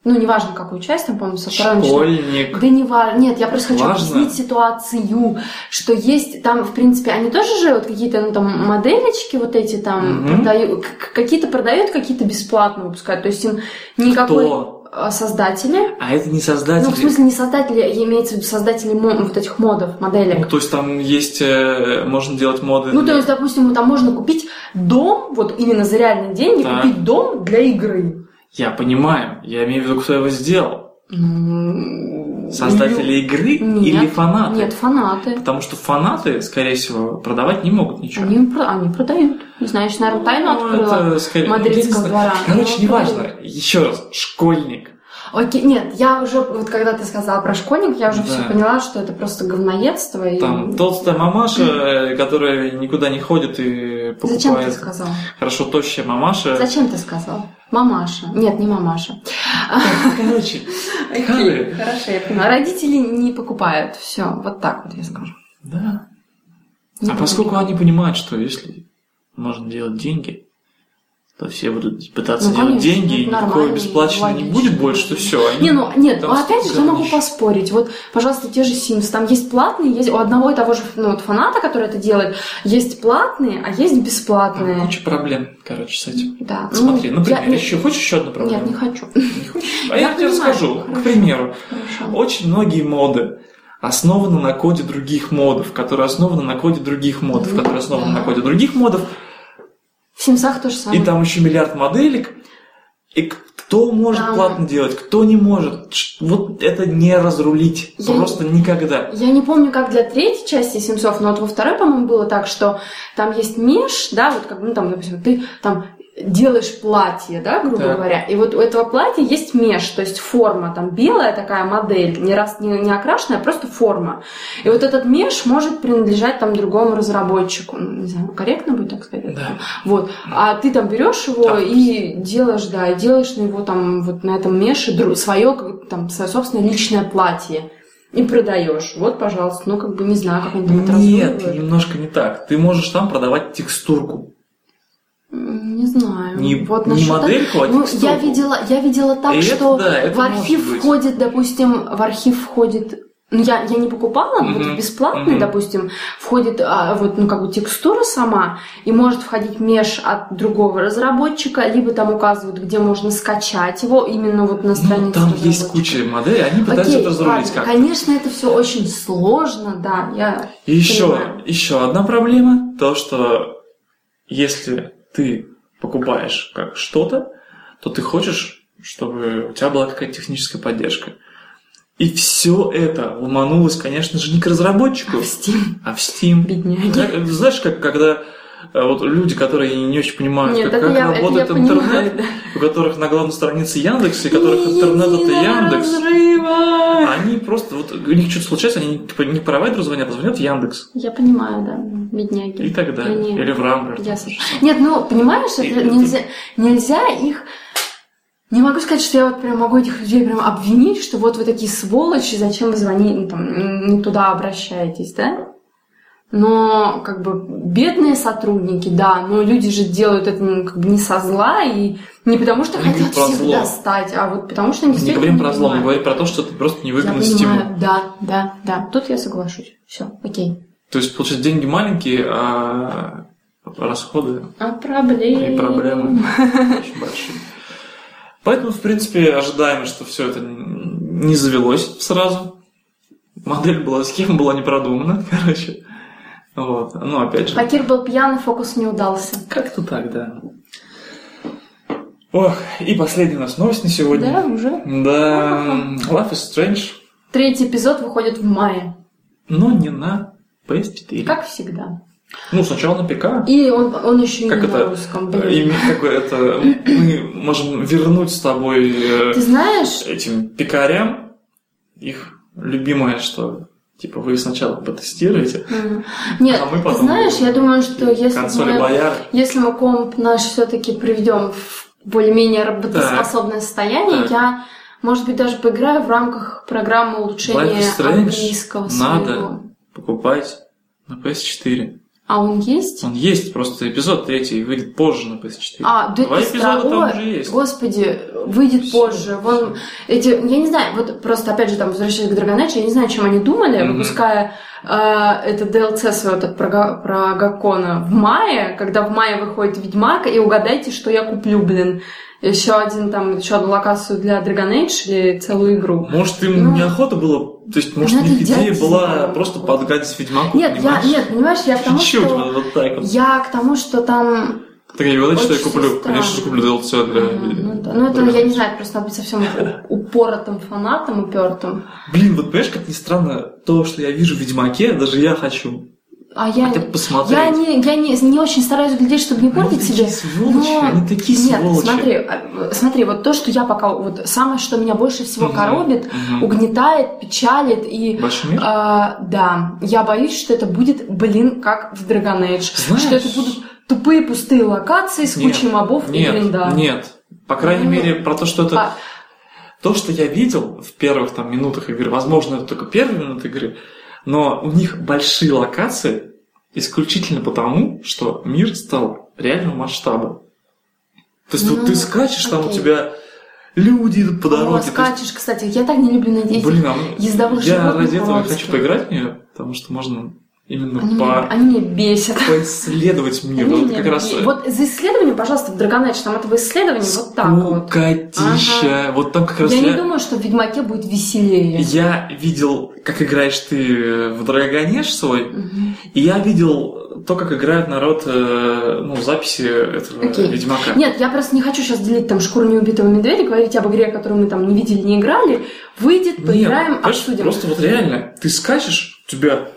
Speaker 2: Ну, неважно, какую часть, там, по-моему, со второй начинается.
Speaker 1: Школьник.
Speaker 2: Да не важно. Нет, я просто хочу
Speaker 1: Важно.
Speaker 2: объяснить ситуацию, что есть там, в принципе, они тоже же вот какие-то ну, там моделечки вот эти там
Speaker 1: Мгм.
Speaker 2: продают, к- какие-то продают, какие-то бесплатно выпускают. То есть им никакой
Speaker 1: Кто?
Speaker 2: э, создатели.
Speaker 1: А это не
Speaker 2: Ну, в
Speaker 1: создатели.
Speaker 2: смысле, не создатели, а имеется в виду создатели мо- вот этих модов, моделек.
Speaker 1: Ну, То есть там есть, э, можно делать моды.
Speaker 2: Ну, то есть, допустим, там можно купить дом, вот именно за реальные деньги,
Speaker 1: Так.
Speaker 2: купить дом для игры.
Speaker 1: Я понимаю, я имею в виду, кто его сделал.
Speaker 2: М,
Speaker 1: Создатели игры
Speaker 2: Нет.
Speaker 1: или фанаты?
Speaker 2: Ну, Нет, фанаты.
Speaker 1: Потому что фанаты, скорее всего, продавать не могут ничего.
Speaker 2: Они, про- они продают. Не знаю, я, наверное,
Speaker 1: Ну,
Speaker 2: тайну открыла.
Speaker 1: это скорее-
Speaker 2: мадридского
Speaker 1: Единственное-
Speaker 2: двора.
Speaker 1: Короче,
Speaker 2: Ну,
Speaker 1: неважно. Еще раз, школьник.
Speaker 2: Окей, нет, я уже, вот когда ты сказала про школьник, я уже
Speaker 1: Да.
Speaker 2: все поняла, что это просто говноедство. и-
Speaker 1: Там толстая мамаша, э, которая никуда не ходит и
Speaker 2: Зачем ты
Speaker 1: покупает.
Speaker 2: сказал?
Speaker 1: Хорошо, тощая мамаша.
Speaker 2: Зачем ты сказал? Мамаша. Нет, не мамаша.
Speaker 1: Короче,
Speaker 2: Окей,
Speaker 1: Хавы.
Speaker 2: Хорошо, я поняла. Родители не покупают. Все, вот так вот я скажу.
Speaker 1: да.
Speaker 2: Не
Speaker 1: А
Speaker 2: покупают.
Speaker 1: поскольку они понимают, что если можно делать деньги, то все будут пытаться
Speaker 2: Ну,
Speaker 1: делать
Speaker 2: конечно,
Speaker 1: деньги, и
Speaker 2: это
Speaker 1: никакого
Speaker 2: нормально,
Speaker 1: бесплачного не
Speaker 2: логично.
Speaker 1: будет больше, то все.
Speaker 2: Не, ну, нет,
Speaker 1: Там
Speaker 2: опять же, я
Speaker 1: столько
Speaker 2: могу
Speaker 1: говнища.
Speaker 2: поспорить. Вот, пожалуйста, те же Sims. Там есть платные, есть у одного и того же ну, вот фаната, который это делает, есть платные, а есть
Speaker 1: Там
Speaker 2: бесплатные.
Speaker 1: Куча проблем, короче, с этим.
Speaker 2: Да. ну,
Speaker 1: ну, Смотри, например,
Speaker 2: я- нет,
Speaker 1: еще хочешь еще одну проблему?
Speaker 2: Нет, не хочу.
Speaker 1: А я,
Speaker 2: Я
Speaker 1: тебе
Speaker 2: понимаю.
Speaker 1: расскажу. К
Speaker 2: Хорошо.
Speaker 1: примеру,
Speaker 2: Хорошо.
Speaker 1: очень многие моды основаны на коде других модов, которые основаны на коде других модов,
Speaker 2: Ну,
Speaker 1: которые основаны
Speaker 2: да.
Speaker 1: на коде других модов,
Speaker 2: В Симсах то же
Speaker 1: и
Speaker 2: самое.
Speaker 1: там еще миллиард моделек. И кто может
Speaker 2: Да.
Speaker 1: платно делать, кто не может. Ш- Вот это не разрулить.
Speaker 2: Я-
Speaker 1: Просто никогда.
Speaker 2: Я не помню, как для третьей части Симсов, но вот во второй, по-моему, было так, что там есть меж, да, вот как, ну, там, допустим, ты там делаешь платье, да, грубо
Speaker 1: Так.
Speaker 2: говоря, и вот у этого платья есть меж, то есть форма, там белая такая модель, не, раз, не, не окрашенная, а просто форма. И вот этот меж может принадлежать там другому разработчику, Ну, не знаю, корректно будет так сказать?
Speaker 1: Да.
Speaker 2: Вот. А ты там берешь его
Speaker 1: Да.
Speaker 2: и делаешь, да, и делаешь на его там вот на этом меше дру- свое, как- там, свое собственное личное платье. И продаешь. Вот, пожалуйста. Ну, как бы не знаю, как они там это
Speaker 1: Нет,
Speaker 2: разруливают.
Speaker 1: немножко не так. Ты можешь там продавать текстурку.
Speaker 2: Не знаю.
Speaker 1: Не,
Speaker 2: Эм, вот
Speaker 1: не
Speaker 2: насчет-
Speaker 1: модельку, а
Speaker 2: Ну,
Speaker 1: текстовку.
Speaker 2: я видела, я видела так,
Speaker 1: Это
Speaker 2: что
Speaker 1: да, это
Speaker 2: в архив
Speaker 1: может быть.
Speaker 2: входит, допустим, в архив входит. Ну, я, я не покупала, вот
Speaker 1: Мгм,
Speaker 2: в бесплатный,
Speaker 1: мгм.
Speaker 2: допустим, входит а, вот, ну, как бы текстура сама, и может входить меж от другого разработчика, либо там указывают, где можно скачать его именно вот на
Speaker 1: Ну,
Speaker 2: странице
Speaker 1: там есть
Speaker 2: разработчика.
Speaker 1: куча моделей, они пытаются
Speaker 2: Окей,
Speaker 1: это разрулить
Speaker 2: ладно,
Speaker 1: как-то.
Speaker 2: Конечно, это все очень сложно, да. Я...
Speaker 1: И еще,
Speaker 2: Понимаю.
Speaker 1: еще одна проблема, то что если ты покупаешь как что-то, то ты хочешь, чтобы у тебя была какая-то техническая поддержка. И все это ломанулось, конечно же, не к разработчику,
Speaker 2: в Steam,
Speaker 1: а в Steam.
Speaker 2: бедняги.
Speaker 1: Как- Знаешь, как когда э, вот люди, которые не очень понимают,
Speaker 2: Нет,
Speaker 1: как,
Speaker 2: это
Speaker 1: как
Speaker 2: я, это я
Speaker 1: работает
Speaker 2: понимаю,
Speaker 1: интернет,
Speaker 2: да.
Speaker 1: у которых на главной странице Яндекс, и которых
Speaker 2: Ни
Speaker 1: интернет это
Speaker 2: единого
Speaker 1: Яндекс.
Speaker 2: разрыва.
Speaker 1: Они просто, вот у них что-то случается, они типа, не провайдеру звонят, а звонят в Яндекс.
Speaker 2: Я понимаю, да, бедняги.
Speaker 1: И так далее.
Speaker 2: Они-
Speaker 1: Или в Рамблер.
Speaker 2: Я Нет, ну, понимаешь, это
Speaker 1: И-
Speaker 2: нельзя, нельзя их... Не могу сказать, что я вот прям могу этих людей прям обвинить, что вот вы такие сволочи, зачем вы звоните, ну, там, не туда обращаетесь, да? Но, как бы, бедные сотрудники, да, но люди же делают это ну, как бы не со зла и не потому, что
Speaker 1: Не
Speaker 2: хотят
Speaker 1: про
Speaker 2: всех
Speaker 1: зло.
Speaker 2: достать, а вот потому, что они
Speaker 1: Не
Speaker 2: действительно
Speaker 1: говорим про зло, мы
Speaker 2: понимают.
Speaker 1: говорим про то, что это просто невыгодно
Speaker 2: Я
Speaker 1: стимул.
Speaker 2: понимаю, да, да, да. Тут я соглашусь. Все, окей.
Speaker 1: То есть, получается, деньги маленькие, а расходы
Speaker 2: А проблемы?
Speaker 1: и проблемы очень большие. Поэтому, в принципе, ожидаемо, что все это не завелось сразу. Модель была, схема была не продумана, короче. Вот. Но опять же,
Speaker 2: Факир был пьян, фокус не удался.
Speaker 1: как-то так, да. Ох, и последняя у нас новость на сегодня.
Speaker 2: Да, уже.
Speaker 1: Да, Life is Strange,
Speaker 2: Третий эпизод выходит в мае,
Speaker 1: но не на PS4.
Speaker 2: как всегда.
Speaker 1: Ну, сначала на ПК.
Speaker 2: И он, он еще
Speaker 1: Как
Speaker 2: и
Speaker 1: это?
Speaker 2: на русском. блин.
Speaker 1: И как бы это мы можем вернуть с тобой э,
Speaker 2: Ты знаешь,
Speaker 1: этим пекарям их любимое, что типа вы сначала потестируете,
Speaker 2: м, нет,
Speaker 1: А мы
Speaker 2: ты
Speaker 1: потом
Speaker 2: знаешь, я думаю, что если бы
Speaker 1: консоли
Speaker 2: мы,
Speaker 1: бояр.
Speaker 2: если мы комп наш все-таки приведем в более-менее работоспособное состояние,
Speaker 1: Так.
Speaker 2: я, может быть, даже поиграю в рамках программы улучшения
Speaker 1: Life is Strange
Speaker 2: английского
Speaker 1: надо.
Speaker 2: своего.
Speaker 1: покупать на PS4.
Speaker 2: А он есть?
Speaker 1: Он есть, просто эпизод третий выйдет позже на PS4.
Speaker 2: А, да
Speaker 1: Два
Speaker 2: ты
Speaker 1: эпизода
Speaker 2: стра-
Speaker 1: там
Speaker 2: Ой,
Speaker 1: уже есть.
Speaker 2: Господи, выйдет
Speaker 1: Всё,
Speaker 2: позже. Вон эти, я не знаю, вот просто опять же там возвращаясь к Dragon Age, я не знаю, чем они думали,
Speaker 1: Мгм.
Speaker 2: выпуская э, это DLC свое так, про, Га- про Гакона в мае, когда в мае выходит Ведьмак, и угадайте, что я куплю, блин. Еще один там, еще одну локацию для Dragon Age или целую игру.
Speaker 1: Может, им
Speaker 2: Ну,
Speaker 1: неохота было, то есть, может, у
Speaker 2: надо
Speaker 1: них идея
Speaker 2: идеально.
Speaker 1: была просто подгадить Ведьмаку,
Speaker 2: Нет, я,
Speaker 1: понимаешь?
Speaker 2: нет, понимаешь, я к тому,
Speaker 1: Чуть-чуть
Speaker 2: что...
Speaker 1: вот, вот так вот.
Speaker 2: Я к тому, что там...
Speaker 1: Так я говорю, что я
Speaker 2: Очень
Speaker 1: куплю,
Speaker 2: странно.
Speaker 1: конечно же, куплю DLC для...
Speaker 2: Ага, ну, да. ну, это, я не знаю, просто надо быть совсем у- упоротым фанатом, упертым.
Speaker 1: Блин, вот понимаешь, как ни странно, то, что я вижу в Ведьмаке, даже я хочу.
Speaker 2: А я,
Speaker 1: Хотя бы посмотреть.
Speaker 2: я, не, я не, не очень стараюсь глядеть, чтобы не
Speaker 1: Они
Speaker 2: портить
Speaker 1: такие
Speaker 2: себе.
Speaker 1: сволочи,
Speaker 2: но-
Speaker 1: они такие
Speaker 2: Нет,
Speaker 1: сволочи.
Speaker 2: смотри, а, э, смотри, вот то, что я пока, вот самое, что меня больше всего
Speaker 1: Мгм.
Speaker 2: коробит,
Speaker 1: Мгм.
Speaker 2: угнетает, печалит и...
Speaker 1: Большой мир?
Speaker 2: а, да, я боюсь, что это будет, блин, как в Dragon Age.
Speaker 1: Знаешь-
Speaker 2: Что это будут тупые пустые локации с
Speaker 1: Нет,
Speaker 2: кучей мобов и гринда.
Speaker 1: Нет, нет. По крайней
Speaker 2: Ну,
Speaker 1: мере, про то, что это...
Speaker 2: а-
Speaker 1: То, что я видел в первых там минутах игры, возможно, это только первые минуты игры, но у них большие локации исключительно потому, что мир стал реального масштаба. То есть вот
Speaker 2: Ну,
Speaker 1: ты скачешь, там у
Speaker 2: окей.
Speaker 1: тебя люди идут по
Speaker 2: О,
Speaker 1: дороге. то есть
Speaker 2: скачешь, кстати, я так не люблю надеяться.
Speaker 1: Блин, а мне-
Speaker 2: ездовых
Speaker 1: я
Speaker 2: животных
Speaker 1: ради этого
Speaker 2: просто.
Speaker 1: хочу поиграть в нее, потому что можно именно
Speaker 2: они, меня-
Speaker 1: по...
Speaker 2: они меня бесят.
Speaker 1: поисследовать мир.
Speaker 2: Они
Speaker 1: Вот
Speaker 2: меня
Speaker 1: как раз
Speaker 2: бесят. Вот за исследование, пожалуйста, в Dragon Age, там этого исследования вот так вот.
Speaker 1: скукотища. Вот там как раз
Speaker 2: Я
Speaker 1: я,
Speaker 2: не думаю, что в Ведьмаке будет веселее.
Speaker 1: я видел, как играешь ты э, в Драгонеж свой,
Speaker 2: Мгм.
Speaker 1: и я видел то, как играет народ, э, ну, записи этого
Speaker 2: Окей.
Speaker 1: Ведьмака.
Speaker 2: Нет, я просто не хочу сейчас делить там шкуру неубитого медведя, говорить об игре, которую мы там не видели, не играли. Выйдет,
Speaker 1: Нет,
Speaker 2: поиграем,
Speaker 1: понимаешь,
Speaker 2: обсудим.
Speaker 1: Просто вот реально, ты скачешь, у тебя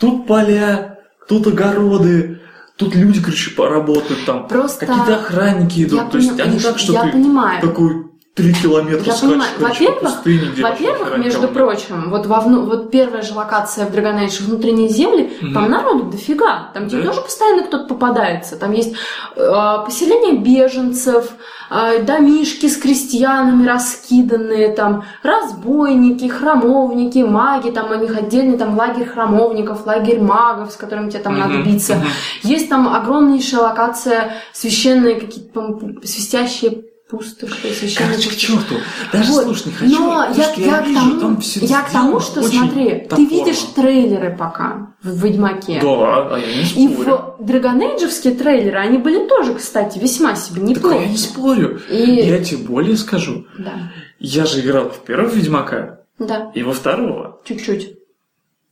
Speaker 1: тут поля, тут огороды, тут люди, короче, поработают там.
Speaker 2: Просто
Speaker 1: Какие-то охранники идут.
Speaker 2: я
Speaker 1: То есть
Speaker 2: пони-
Speaker 1: они
Speaker 2: Конечно,
Speaker 1: так, что
Speaker 2: я
Speaker 1: ты
Speaker 2: понимаю.
Speaker 1: такой три километра
Speaker 2: Я
Speaker 1: скачешь,
Speaker 2: понимаю.
Speaker 1: короче, по
Speaker 2: Во-первых,
Speaker 1: пустыне, где вообще
Speaker 2: Во-первых,
Speaker 1: хрен
Speaker 2: между
Speaker 1: кого-то.
Speaker 2: прочим, вот, во вну- вот первая же локация в Dragon Age «Внутренние земли»,
Speaker 1: Мгм.
Speaker 2: там народу дофига. Там тебе
Speaker 1: Да?
Speaker 2: тоже постоянно кто-то попадается. Там есть э, поселение беженцев, э, домишки с крестьянами раскиданные, там разбойники, храмовники, маги, там у них отдельный там лагерь храмовников, лагерь магов, с которыми тебе там надо
Speaker 1: Мгм,
Speaker 2: биться.
Speaker 1: мгм.
Speaker 2: Есть там огромнейшая локация, священные какие-то, по-моему, свистящие пустоши, священные
Speaker 1: Короче, к
Speaker 2: пустоши.
Speaker 1: черту. Даже
Speaker 2: Вот.
Speaker 1: слушать не хочу.
Speaker 2: Но
Speaker 1: потому
Speaker 2: я,
Speaker 1: что
Speaker 2: я к
Speaker 1: вижу,
Speaker 2: тому,
Speaker 1: там всё
Speaker 2: я к тому,
Speaker 1: сделано
Speaker 2: что
Speaker 1: очень
Speaker 2: смотри, ты
Speaker 1: топорно.
Speaker 2: видишь трейлеры пока в Ведьмаке.
Speaker 1: Да, а я не
Speaker 2: И
Speaker 1: спорю.
Speaker 2: в Драгонейджевские трейлеры они были тоже, кстати, весьма себе
Speaker 1: Так а я
Speaker 2: неплохи.
Speaker 1: не спорю.
Speaker 2: И
Speaker 1: Я тебе более скажу.
Speaker 2: да,
Speaker 1: Я же играл в первого Ведьмака
Speaker 2: да,
Speaker 1: и во второго.
Speaker 2: чуть-чуть.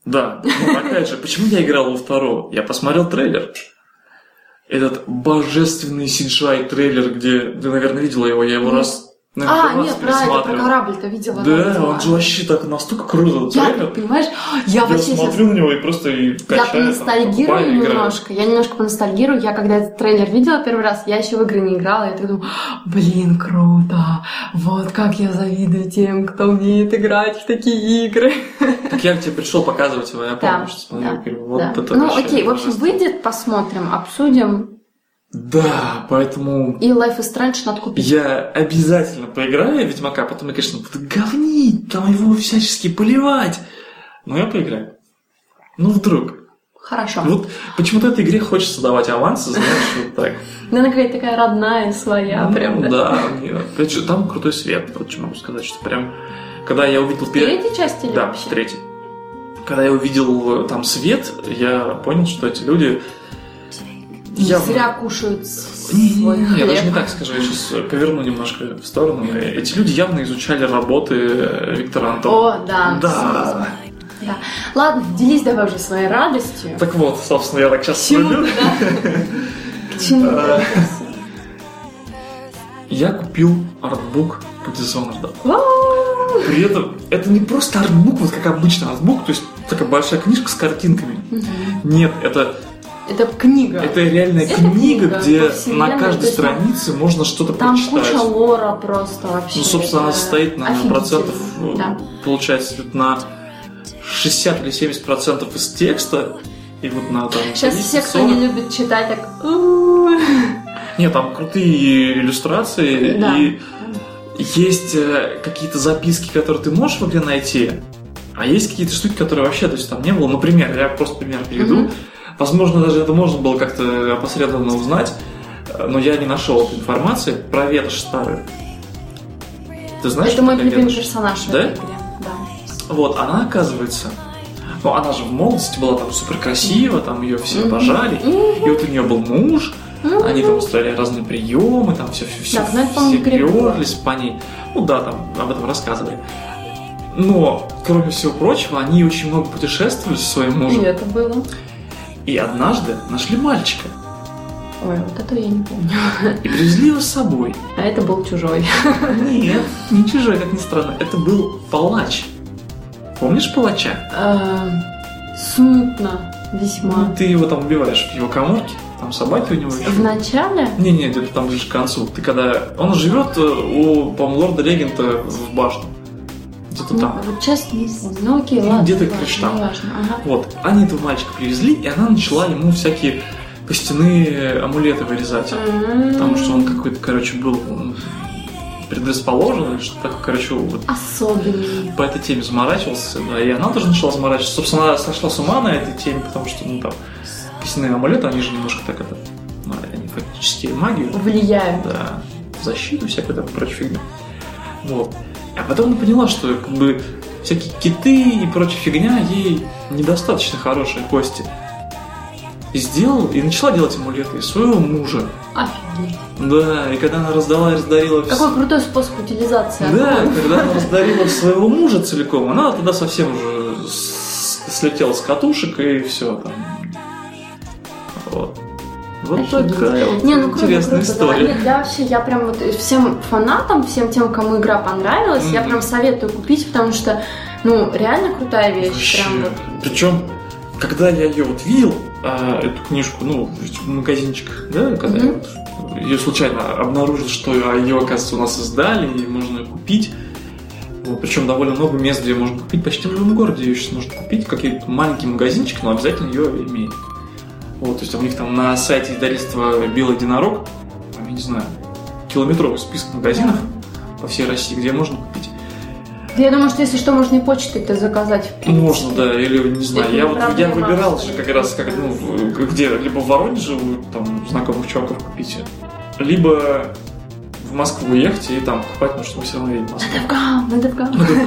Speaker 1: Да, но опять же, почему я играл во второго? Я посмотрел трейлер. Этот божественный CGI-трейлер, где... Ты, наверное, видела его, я его
Speaker 2: Нет.
Speaker 1: раз...
Speaker 2: А,
Speaker 1: наверное, раз
Speaker 2: нет, про это, про
Speaker 1: пересматривал.
Speaker 2: корабль-то видела.
Speaker 1: Да,
Speaker 2: видела.
Speaker 1: он же вообще так настолько круто, этот
Speaker 2: Я,
Speaker 1: трейлер.
Speaker 2: понимаешь, я,
Speaker 1: Я
Speaker 2: вообще сейчас
Speaker 1: смотрю на него и просто и
Speaker 2: Я
Speaker 1: качаю, там, покупаю,
Speaker 2: поностальгирую
Speaker 1: играю.
Speaker 2: немножко. Я немножко поностальгирую. Я когда этот трейлер видела первый раз, я еще в игры не играла. Я так думаю, «А, блин, круто. Вот как я завидую тем, кто умеет играть в такие игры.
Speaker 1: Так я к тебе пришел показывать его, я
Speaker 2: Да,
Speaker 1: помню, что смотрю,
Speaker 2: да,
Speaker 1: говорю, вот
Speaker 2: Да.
Speaker 1: это
Speaker 2: ну,
Speaker 1: вообще
Speaker 2: окей, в общем,
Speaker 1: ужасно.
Speaker 2: выйдет, посмотрим, обсудим.
Speaker 1: Да, поэтому
Speaker 2: И Life is Strange надо купить.
Speaker 1: я обязательно поиграю в Ведьмака, а потом я, конечно, буду говнить, там его всячески поливать. Но я поиграю. Ну, вдруг.
Speaker 2: Хорошо.
Speaker 1: Вот почему-то этой игре хочется давать авансы, знаешь, вот так.
Speaker 2: Да, она какая-то такая родная, своя,
Speaker 1: Ну,
Speaker 2: прям, да.
Speaker 1: Да, мне- опять же, там крутой свет, вот что могу сказать, что прям, когда я увидел
Speaker 2: В
Speaker 1: первый...
Speaker 2: третьей части или
Speaker 1: Да, в
Speaker 2: вообще?
Speaker 1: третьей. Когда я увидел э, там свет, я понял, что эти люди... Я-
Speaker 2: Зря кушают с- свой
Speaker 1: Не-не-не, я
Speaker 2: хлеб.
Speaker 1: даже не так скажу, я сейчас поверну немножко в сторону. Э, Эти люди явно изучали работы э, Виктора Антонова.
Speaker 2: О, да.
Speaker 1: Да.
Speaker 2: Ладно, делись давай уже своей радостью.
Speaker 1: Так вот, собственно, я так сейчас
Speaker 2: Чему
Speaker 1: срулю.
Speaker 2: ты, К чему ты
Speaker 1: Э.
Speaker 2: радуешься?
Speaker 1: Я купил артбук по Dishonored.
Speaker 2: Вау!
Speaker 1: При этом это не просто артбук, вот как обычно артбук, то есть такая большая книжка с картинками. Нет, это,
Speaker 2: Это книга.
Speaker 1: это реальная
Speaker 2: Это
Speaker 1: книга,
Speaker 2: книга
Speaker 1: где
Speaker 2: по вселенной,
Speaker 1: на
Speaker 2: то
Speaker 1: каждой
Speaker 2: есть там-
Speaker 1: странице можно что-то
Speaker 2: Там
Speaker 1: прочитать.
Speaker 2: куча лора просто вообще.
Speaker 1: Ну, собственно, она
Speaker 2: Это
Speaker 1: состоит, наверное,
Speaker 2: офигительно.
Speaker 1: процентов, э,
Speaker 2: Да.
Speaker 1: получается, на 60 или 70 процентов из текста, и вот на там...
Speaker 2: Сейчас
Speaker 1: 30-40.
Speaker 2: все, кто не любит читать, так... «У-у-у».
Speaker 1: Нет, там крутые иллюстрации,
Speaker 2: Да.
Speaker 1: и есть э, какие-то записки, которые ты можешь в игре найти, а есть какие-то штуки, которые вообще, то есть там не было. Например, я просто пример приведу.
Speaker 2: Мгм.
Speaker 1: Возможно, даже это можно было как-то опосредованно узнать, э, но я не нашел этой информации про ветошь старую. Ты знаешь,
Speaker 2: Это
Speaker 1: что
Speaker 2: мой
Speaker 1: такая
Speaker 2: любимый
Speaker 1: ветошь?
Speaker 2: персонаж в
Speaker 1: Да?
Speaker 2: этой игре. Да.
Speaker 1: Вот, она оказывается, ну она же в молодости была там супер красива, там ее все
Speaker 2: Мгм.
Speaker 1: обожали,
Speaker 2: Мгм.
Speaker 1: и вот у нее был муж,
Speaker 2: Мгм.
Speaker 1: они там устраивали разные приемы, там все, все, все,
Speaker 2: Да, ну, это, по-моему, в игре было.
Speaker 1: прерлись по ней. Ну да, там об этом рассказывали. Но, кроме всего прочего, они очень много путешествовали со своим
Speaker 2: И
Speaker 1: мужем.
Speaker 2: это было.
Speaker 1: И однажды нашли мальчика
Speaker 2: Ой, вот этого я не помню.
Speaker 1: и привезли его с собой.
Speaker 2: А это был чужой.
Speaker 1: Нет, не чужой, как ни странно. Это был палач. Помнишь палача?
Speaker 2: Э, Смутно весьма.
Speaker 1: Ну, ты его там убиваешь в его коморке, там собаки у него еще.
Speaker 2: В начале
Speaker 1: Не-не, где-то там ближе к концу. Ты когда... Он живет э, у, по-моему, лорда Регента в башне. Где-то
Speaker 2: ну,
Speaker 1: там.
Speaker 2: вот сейчас не помню. Ну окей,
Speaker 1: Ну,
Speaker 2: ладно.
Speaker 1: где-то,
Speaker 2: ладно,
Speaker 1: короче, там.
Speaker 2: неважно. Ага.
Speaker 1: Вот, они этого мальчика привезли, и она начала ему всякие костяные амулеты вырезать. Потому что он какой-то, короче, был м, предрасположен, или что-то такое, короче, вот
Speaker 2: Особенный.
Speaker 1: по этой теме заморачивался, да, и она тоже начала заморачиваться. Собственно, она сошла с ума на этой теме, потому что, ну, там, костяные амулеты, они же немножко так это, ну, они фактически магию,
Speaker 2: Влияют.
Speaker 1: да, защиту всякую там прочую фигню. Вот. А потом она поняла, что как бы всякие киты и прочая фигня ей недостаточно хорошие кости. И сделал, и начала делать амулеты из своего мужа.
Speaker 2: Офигеть.
Speaker 1: Да, и когда она раздала и раздарила... вс-
Speaker 2: Какой крутой способ утилизации. а?
Speaker 1: Да, когда она раздарила своего мужа целиком, она тогда совсем уже с- слетела с катушек и все там. Вот. Вот
Speaker 2: Офигеть.
Speaker 1: такая вот
Speaker 2: Не, ну круто,
Speaker 1: интересная
Speaker 2: круто, да.
Speaker 1: история.
Speaker 2: Нет, я вообще, я прям вот всем фанатам, всем тем, кому игра понравилась, я
Speaker 1: Мгм.
Speaker 2: прям советую купить, потому что, ну, реально крутая вещь. Прям вот.
Speaker 1: Причем, когда я ее вот видел, а, эту книжку, ну, в магазинчик, да, когда я вот ее случайно обнаружил, что ее, оказывается, у нас издали, и можно ее купить. Вот, Причем довольно много мест, где ее можно купить. Почти в любом городе ее сейчас можно купить. Какие-то маленький магазинчик, но обязательно ее имеет. Вот, то есть у них там на сайте издательства «Белый единорог», там, я не знаю, километровый список магазинов по всей России, где можно купить.
Speaker 2: Да Я думаю, что если что, можно и почтой это заказать. в принципе.
Speaker 1: Можно, да, или не знаю.
Speaker 2: Это
Speaker 1: я
Speaker 2: не
Speaker 1: вот я
Speaker 2: проблема.
Speaker 1: выбирал же как раз как, ну, в- где либо в Воронеже у там знакомых чуваков купить, либо в Москву ехать и там покупать, потому что мы все равно едем в Москву.
Speaker 2: Гам, надо в гам.
Speaker 1: Ну, такой,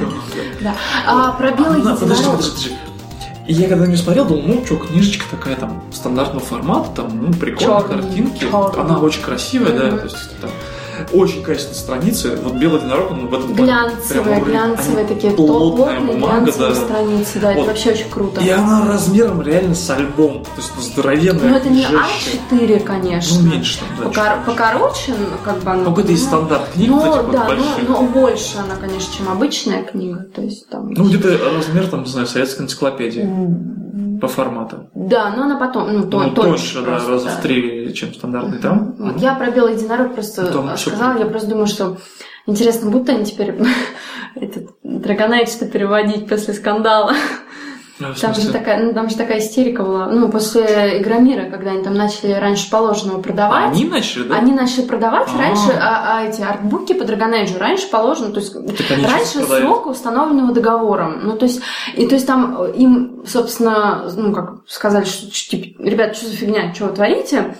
Speaker 2: Да. А про белый
Speaker 1: Ладно, Подожди,
Speaker 2: единорог.
Speaker 1: подожди, подожди. И я когда на нее смотрел, думал, ну что, книжечка такая там стандартного формата, там, ну, прикольные
Speaker 2: Чёрный,
Speaker 1: картинки.
Speaker 2: чёрный.
Speaker 1: Она очень красивая, да,
Speaker 2: Мгм.
Speaker 1: то есть там очень качественные страницы. Вот белый единорог, он в этом плане прям
Speaker 2: Глянцевые,
Speaker 1: уровень.
Speaker 2: глянцевые
Speaker 1: Они
Speaker 2: такие
Speaker 1: плотная
Speaker 2: плотные
Speaker 1: бумага,
Speaker 2: глянцевые
Speaker 1: да.
Speaker 2: страницы, да, это
Speaker 1: Вот.
Speaker 2: вообще очень круто.
Speaker 1: И она размером реально с альбом. То есть ну, здоровенная.
Speaker 2: Но это не
Speaker 1: лежащая.
Speaker 2: А4, конечно.
Speaker 1: Ну, меньше там, да.
Speaker 2: Покор-
Speaker 1: чуть меньше.
Speaker 2: Покороче, ну, как бы она.
Speaker 1: Ну, какой-то есть стандарт книг, вот этих
Speaker 2: Ну,
Speaker 1: вот
Speaker 2: да,
Speaker 1: больших.
Speaker 2: но, но больше она, конечно, чем обычная книга. То есть там.
Speaker 1: Ну, где-то размер, там, не знаю, советской энциклопедии
Speaker 2: М,
Speaker 1: по формату.
Speaker 2: Да, но она потом, ну, то,
Speaker 1: Ну, тоньше, да,
Speaker 2: просто,
Speaker 1: раза
Speaker 2: да.
Speaker 1: в три, чем стандартный там.
Speaker 2: Вот, Я про белый единорог просто
Speaker 1: Ну, там всё
Speaker 2: сказала,
Speaker 1: круто.
Speaker 2: я просто думаю, что интересно, будут они теперь этот Драгонайт что переводить после скандала.
Speaker 1: Ну, в
Speaker 2: Там же,
Speaker 1: смысле,
Speaker 2: такая, ну, там же такая истерика была. Ну, после Игромира, когда они там начали раньше положенного продавать.
Speaker 1: Они начали, да?
Speaker 2: Они начали продавать
Speaker 1: А.
Speaker 2: раньше, а, а эти артбуки по Драгонейджу раньше положено, то есть
Speaker 1: Так они
Speaker 2: раньше
Speaker 1: сейчас продают.
Speaker 2: срока, установленного договором. Ну, то есть, и то есть там э, им, собственно, ну, как сказали, что, ч- типа, ребят, что за фигня, что вы творите?